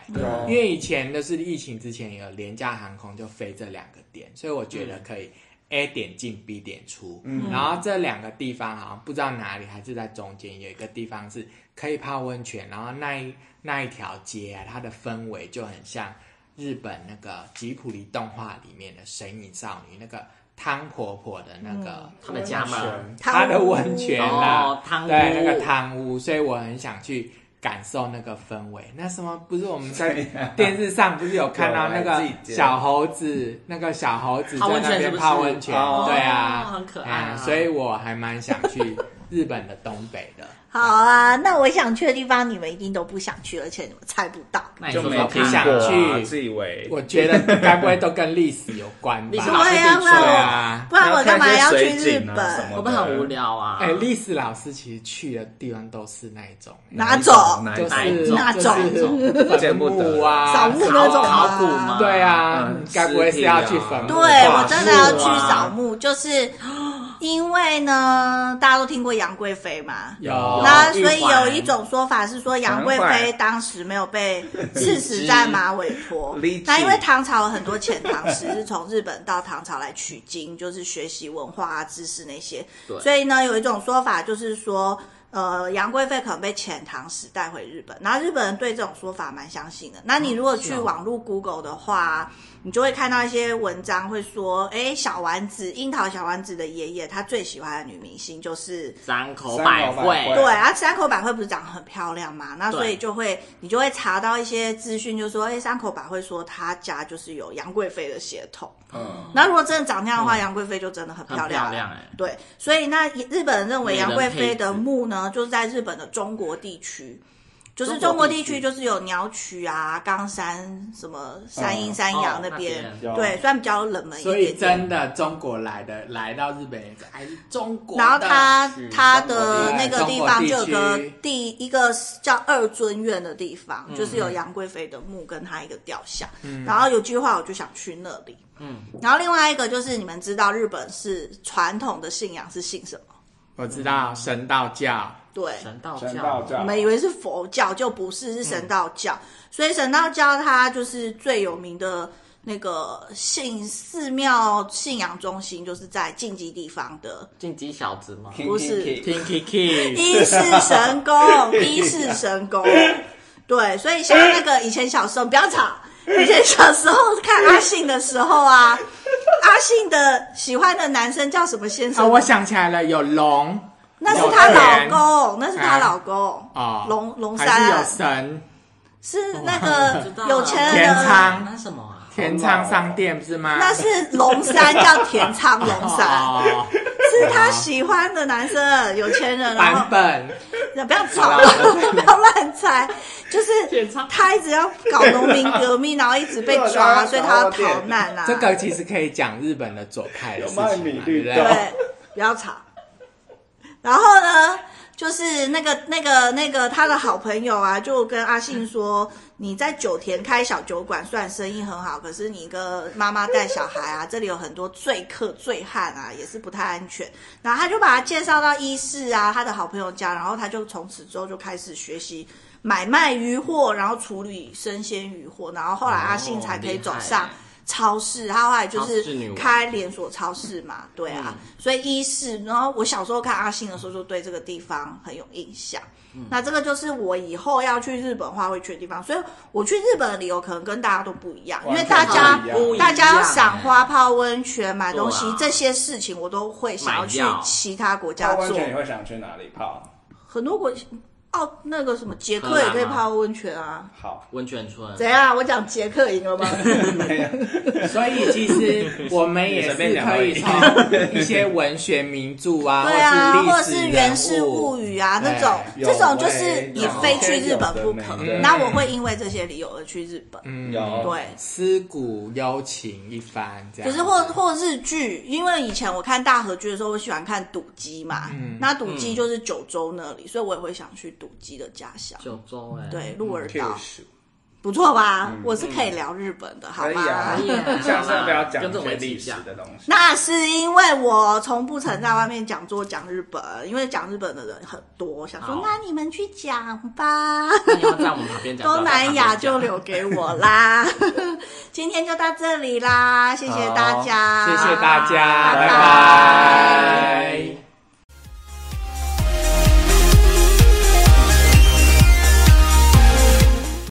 [SPEAKER 3] 因为以前都是疫情之前有廉价航空就飞这两个点，所以我觉得可以 A 点进 B 点出，然后这两个地方好像不知道哪里还是在中间有一个地方是可以泡温泉，然后那一那一条街啊，它的氛围就很像日本那个吉普力动画里面的《神隐少女》那个汤婆婆的那个
[SPEAKER 5] 他们家嘛，
[SPEAKER 3] 她的温泉啦，
[SPEAKER 5] 哦汤屋
[SPEAKER 3] 对那个汤屋，所以我很想去感受那个氛围。那什么不是我们在
[SPEAKER 4] <laughs>
[SPEAKER 3] 电视上不是有看到那个小猴子，那个小猴子在那边泡温泉，
[SPEAKER 4] 泡温泉是不是
[SPEAKER 3] 对啊，
[SPEAKER 5] 哦很可爱啊
[SPEAKER 3] 嗯所以我还蛮想去日本的东北
[SPEAKER 4] <laughs>
[SPEAKER 3] 的。
[SPEAKER 1] 好啊，那我想去的地方你们一定都不想去，而且你们猜不到。
[SPEAKER 5] 那你
[SPEAKER 4] 就
[SPEAKER 5] 说
[SPEAKER 4] 没
[SPEAKER 5] 说
[SPEAKER 4] 听
[SPEAKER 5] 看，
[SPEAKER 4] 过啊，
[SPEAKER 3] 去
[SPEAKER 4] 自以为
[SPEAKER 3] 我觉得该不会都跟历史有关
[SPEAKER 5] 历史
[SPEAKER 1] 对
[SPEAKER 5] 老
[SPEAKER 3] 吧
[SPEAKER 5] 师？
[SPEAKER 1] 呀、
[SPEAKER 5] 自己
[SPEAKER 1] 不
[SPEAKER 5] 说
[SPEAKER 3] 对
[SPEAKER 1] 然
[SPEAKER 3] 啊
[SPEAKER 1] 我不然我干嘛要去
[SPEAKER 4] 看一些
[SPEAKER 1] 日
[SPEAKER 4] 水景啊什
[SPEAKER 1] 本？
[SPEAKER 4] 么
[SPEAKER 5] 我们很无聊啊。
[SPEAKER 1] 哦
[SPEAKER 3] 哎，历史老师其实去的地方都是那一种，哎
[SPEAKER 1] 哪种？
[SPEAKER 4] 哪一
[SPEAKER 3] 就
[SPEAKER 4] 种
[SPEAKER 5] 哪
[SPEAKER 3] 是
[SPEAKER 5] 一种
[SPEAKER 1] 哪种
[SPEAKER 3] 就是
[SPEAKER 4] 见
[SPEAKER 3] 坟
[SPEAKER 4] 不得
[SPEAKER 3] 墓啊，
[SPEAKER 1] 扫墓那种
[SPEAKER 5] 考
[SPEAKER 1] 吗
[SPEAKER 5] 考古吗？
[SPEAKER 3] 对，啊
[SPEAKER 4] 嗯，
[SPEAKER 3] 该不会是要去坟墓吧？
[SPEAKER 1] 对
[SPEAKER 4] 哇
[SPEAKER 1] 我真的要去
[SPEAKER 5] 是啊
[SPEAKER 1] 扫墓，就是因为呢，大家都听过杨贵妃嘛，
[SPEAKER 3] 有
[SPEAKER 5] 哦
[SPEAKER 1] 那
[SPEAKER 5] 玉
[SPEAKER 1] 所以有
[SPEAKER 5] 环
[SPEAKER 1] 一种说法是说，杨贵
[SPEAKER 4] 难
[SPEAKER 1] 妃
[SPEAKER 4] 怪
[SPEAKER 1] 当时没有被刺死在马尾坡
[SPEAKER 4] 理解。
[SPEAKER 1] 那因为唐朝有很多遣唐使是从日本到唐朝来取经，就是学习文化啊、知识那些
[SPEAKER 5] 对。
[SPEAKER 1] 所以呢，有一种说法就是说，呃，杨贵妃可能被遣唐使带回日本，然后日本人对这种说法蛮相信的。那你如果去网络 Google 的话，你就会看到一些文章会说，哎，小丸子，樱桃小丸子的爷爷，他最喜欢的女明星就是
[SPEAKER 5] 山口百
[SPEAKER 4] 山口百惠
[SPEAKER 5] 惠，
[SPEAKER 1] 对啊，山口百惠不是长得很漂亮嘛？那所以
[SPEAKER 5] 对
[SPEAKER 1] 就会你就会查到一些资讯，就说，哎、山口百惠说她家就是有杨贵妃的血统。
[SPEAKER 4] 嗯，
[SPEAKER 1] 那如果真的长那样的话，杨贵妃就真的很
[SPEAKER 5] 很
[SPEAKER 1] 漂亮了。
[SPEAKER 5] 漂亮哎。
[SPEAKER 1] 对，所以那日本人认为
[SPEAKER 5] 美人
[SPEAKER 1] 杨贵妃的
[SPEAKER 5] 配置
[SPEAKER 1] 墓呢，就是在日本的中国地区，就是
[SPEAKER 5] 中
[SPEAKER 1] 中
[SPEAKER 5] 国
[SPEAKER 1] 国
[SPEAKER 5] 地
[SPEAKER 1] 地区
[SPEAKER 5] 区
[SPEAKER 1] 就是有鸟取啊、冈山什么山阴、
[SPEAKER 4] 嗯
[SPEAKER 1] 山
[SPEAKER 5] 哦
[SPEAKER 1] 阳
[SPEAKER 5] 那
[SPEAKER 1] 边，
[SPEAKER 5] 边
[SPEAKER 1] 对，虽然比较冷门一
[SPEAKER 3] 所
[SPEAKER 1] 点
[SPEAKER 3] 以
[SPEAKER 1] 点。
[SPEAKER 3] 真的中国来的来到日本也是哎中国的，
[SPEAKER 1] 然后他
[SPEAKER 5] 是
[SPEAKER 1] 他
[SPEAKER 5] 中国
[SPEAKER 1] 的
[SPEAKER 5] 地
[SPEAKER 1] 那
[SPEAKER 3] 区
[SPEAKER 1] 个地方就有
[SPEAKER 3] 中国
[SPEAKER 1] 个
[SPEAKER 3] 地区
[SPEAKER 1] 第一个叫二尊院的地方，就是有杨贵妃的墓跟她一个雕像。然后有句话我就想去那里。嗯，然后另外一个就是你们知道日本是传统的信仰是信什么？
[SPEAKER 3] 我知道神道教，
[SPEAKER 1] 对，
[SPEAKER 5] 神道
[SPEAKER 4] 神道
[SPEAKER 5] 教，
[SPEAKER 1] 我
[SPEAKER 4] 教
[SPEAKER 1] 们以为是佛教，就不是，是神道教。所以神道教它就是最有名的那个信寺庙信仰中心，就是在晋级地方的
[SPEAKER 5] 进击小子吗？
[SPEAKER 1] 不是
[SPEAKER 3] Tinky Key，
[SPEAKER 1] 一世神功，一世神
[SPEAKER 5] <laughs>
[SPEAKER 1] 功。对，所以像那个以前小时候，不要吵。 <laughs> 以前小时候看阿信的时候
[SPEAKER 5] <laughs>
[SPEAKER 1] 啊，阿信的喜欢的男生叫什么先
[SPEAKER 3] 啊，
[SPEAKER 1] 生？
[SPEAKER 3] 我想起来了，有龙
[SPEAKER 1] 那是她
[SPEAKER 3] 有
[SPEAKER 1] 老公，那是她老公。
[SPEAKER 3] 啊，
[SPEAKER 1] 龙龙
[SPEAKER 3] 还
[SPEAKER 1] 山
[SPEAKER 3] 是有
[SPEAKER 1] 啊
[SPEAKER 3] 神
[SPEAKER 1] 是那个
[SPEAKER 5] 知道啊
[SPEAKER 1] 有钱
[SPEAKER 3] 田
[SPEAKER 1] 人
[SPEAKER 3] 仓
[SPEAKER 1] 的，
[SPEAKER 5] 那什么啊？
[SPEAKER 3] 田仓商店是吗？
[SPEAKER 1] 那是龙山叫田仓龙山，
[SPEAKER 3] <laughs> 哦，
[SPEAKER 1] 是她喜欢的男生，有钱人。然后啊
[SPEAKER 3] 版
[SPEAKER 1] <laughs>
[SPEAKER 3] 本
[SPEAKER 1] 不要吵，
[SPEAKER 3] 好啦
[SPEAKER 1] 不要乱猜，就是
[SPEAKER 5] 田仓
[SPEAKER 1] 他一直要搞农民革命，啊然后一直被抓，所以他要逃难啊。
[SPEAKER 3] 这个其实可以讲日本的左派的事
[SPEAKER 4] 有卖
[SPEAKER 3] 情
[SPEAKER 4] 米
[SPEAKER 3] 嘛，对
[SPEAKER 4] 绿
[SPEAKER 3] 不对？
[SPEAKER 4] 豆
[SPEAKER 1] 对，不要吵。然后呢，就是那个那个那个他的好朋友啊，就跟阿信说，你在九田开小酒馆，虽然生意很好，可是你一个妈妈带小孩啊，这里有很多醉客醉汉啊，也是不太安全。然后他就把他介绍到一室啊，他的好朋友家，然后他就从此之后就开始学习买卖渔获，然后处理生鲜渔获，然后后来阿信才可以走上超市，他后来就
[SPEAKER 5] 超市女
[SPEAKER 1] 是
[SPEAKER 5] 王嗯
[SPEAKER 1] 开连锁超市嘛，对啊，所以一是，然后我小时候看阿信的时候，就对这个地方很有印象。
[SPEAKER 5] 嗯
[SPEAKER 1] 那这个就是我以后要去日本的话会去的地方，所以我去日本的理由可能跟大家都不一样，因为
[SPEAKER 4] 完全
[SPEAKER 1] 大家
[SPEAKER 4] 不一样
[SPEAKER 1] 大家要赏花、泡温泉、买东西
[SPEAKER 5] 对啊
[SPEAKER 1] 这些事情，我都会想要去
[SPEAKER 5] 买药
[SPEAKER 1] 其他国家
[SPEAKER 4] 泡温
[SPEAKER 1] 做。
[SPEAKER 4] 泉你会想去哪里泡？
[SPEAKER 1] 很多国哦，那个什么捷
[SPEAKER 5] 荷
[SPEAKER 1] 克
[SPEAKER 5] 兰
[SPEAKER 1] 也可以
[SPEAKER 5] 吗
[SPEAKER 1] 泡温泉啊。
[SPEAKER 4] 好，
[SPEAKER 5] <laughs> 温泉村
[SPEAKER 1] 怎样？我讲捷克赢了
[SPEAKER 5] <laughs>
[SPEAKER 1] 吗？
[SPEAKER 3] 所以其实我们也是可以从
[SPEAKER 1] <laughs>
[SPEAKER 3] 一些文学名著啊，
[SPEAKER 1] 对啊，或
[SPEAKER 3] 或
[SPEAKER 1] 者
[SPEAKER 3] 是历
[SPEAKER 1] 是《
[SPEAKER 3] 史
[SPEAKER 1] 源氏物
[SPEAKER 3] 语，
[SPEAKER 1] 语》啊那
[SPEAKER 3] 对
[SPEAKER 1] 种，
[SPEAKER 4] 有
[SPEAKER 1] 这种就
[SPEAKER 4] 为
[SPEAKER 1] 是
[SPEAKER 4] 有
[SPEAKER 1] 也非去日本不
[SPEAKER 4] 有
[SPEAKER 1] 可
[SPEAKER 4] 的没的。
[SPEAKER 1] 那我会因为这些理由而去日本。
[SPEAKER 3] 嗯
[SPEAKER 4] 有
[SPEAKER 1] 对，
[SPEAKER 3] 思古幽情一番这
[SPEAKER 1] 可
[SPEAKER 3] 样。
[SPEAKER 1] 是或或日剧，因为以前我看大和剧的时候，我喜欢看赌鸡嘛，那赌鸡就是九州那里，所以我也会想去赌鸡的家乡。
[SPEAKER 5] 九州哎，
[SPEAKER 1] 对，鹿
[SPEAKER 4] 嗯
[SPEAKER 1] 儿岛、
[SPEAKER 4] Q
[SPEAKER 1] 不错吧？我是可以聊日本的，好
[SPEAKER 4] 可以
[SPEAKER 1] 吗？
[SPEAKER 4] 啊
[SPEAKER 5] 可以啊，
[SPEAKER 4] 下次要不要讲
[SPEAKER 5] 跟着
[SPEAKER 4] 一
[SPEAKER 5] 我们
[SPEAKER 4] 些
[SPEAKER 5] 一起
[SPEAKER 4] 历史
[SPEAKER 5] 讲
[SPEAKER 4] 的东西？
[SPEAKER 1] 那是因为我从不曾在外面讲座讲日本，因为讲日本的人很多，想说
[SPEAKER 5] 好
[SPEAKER 1] 那你们去讲吧。
[SPEAKER 5] 那你要在我们旁边讲，
[SPEAKER 1] 东南亚就
[SPEAKER 5] 留。
[SPEAKER 1] 留给我啦， <laughs> 今天就到这里啦，谢谢大家，
[SPEAKER 3] 谢谢大家，
[SPEAKER 1] 拜
[SPEAKER 3] 拜拜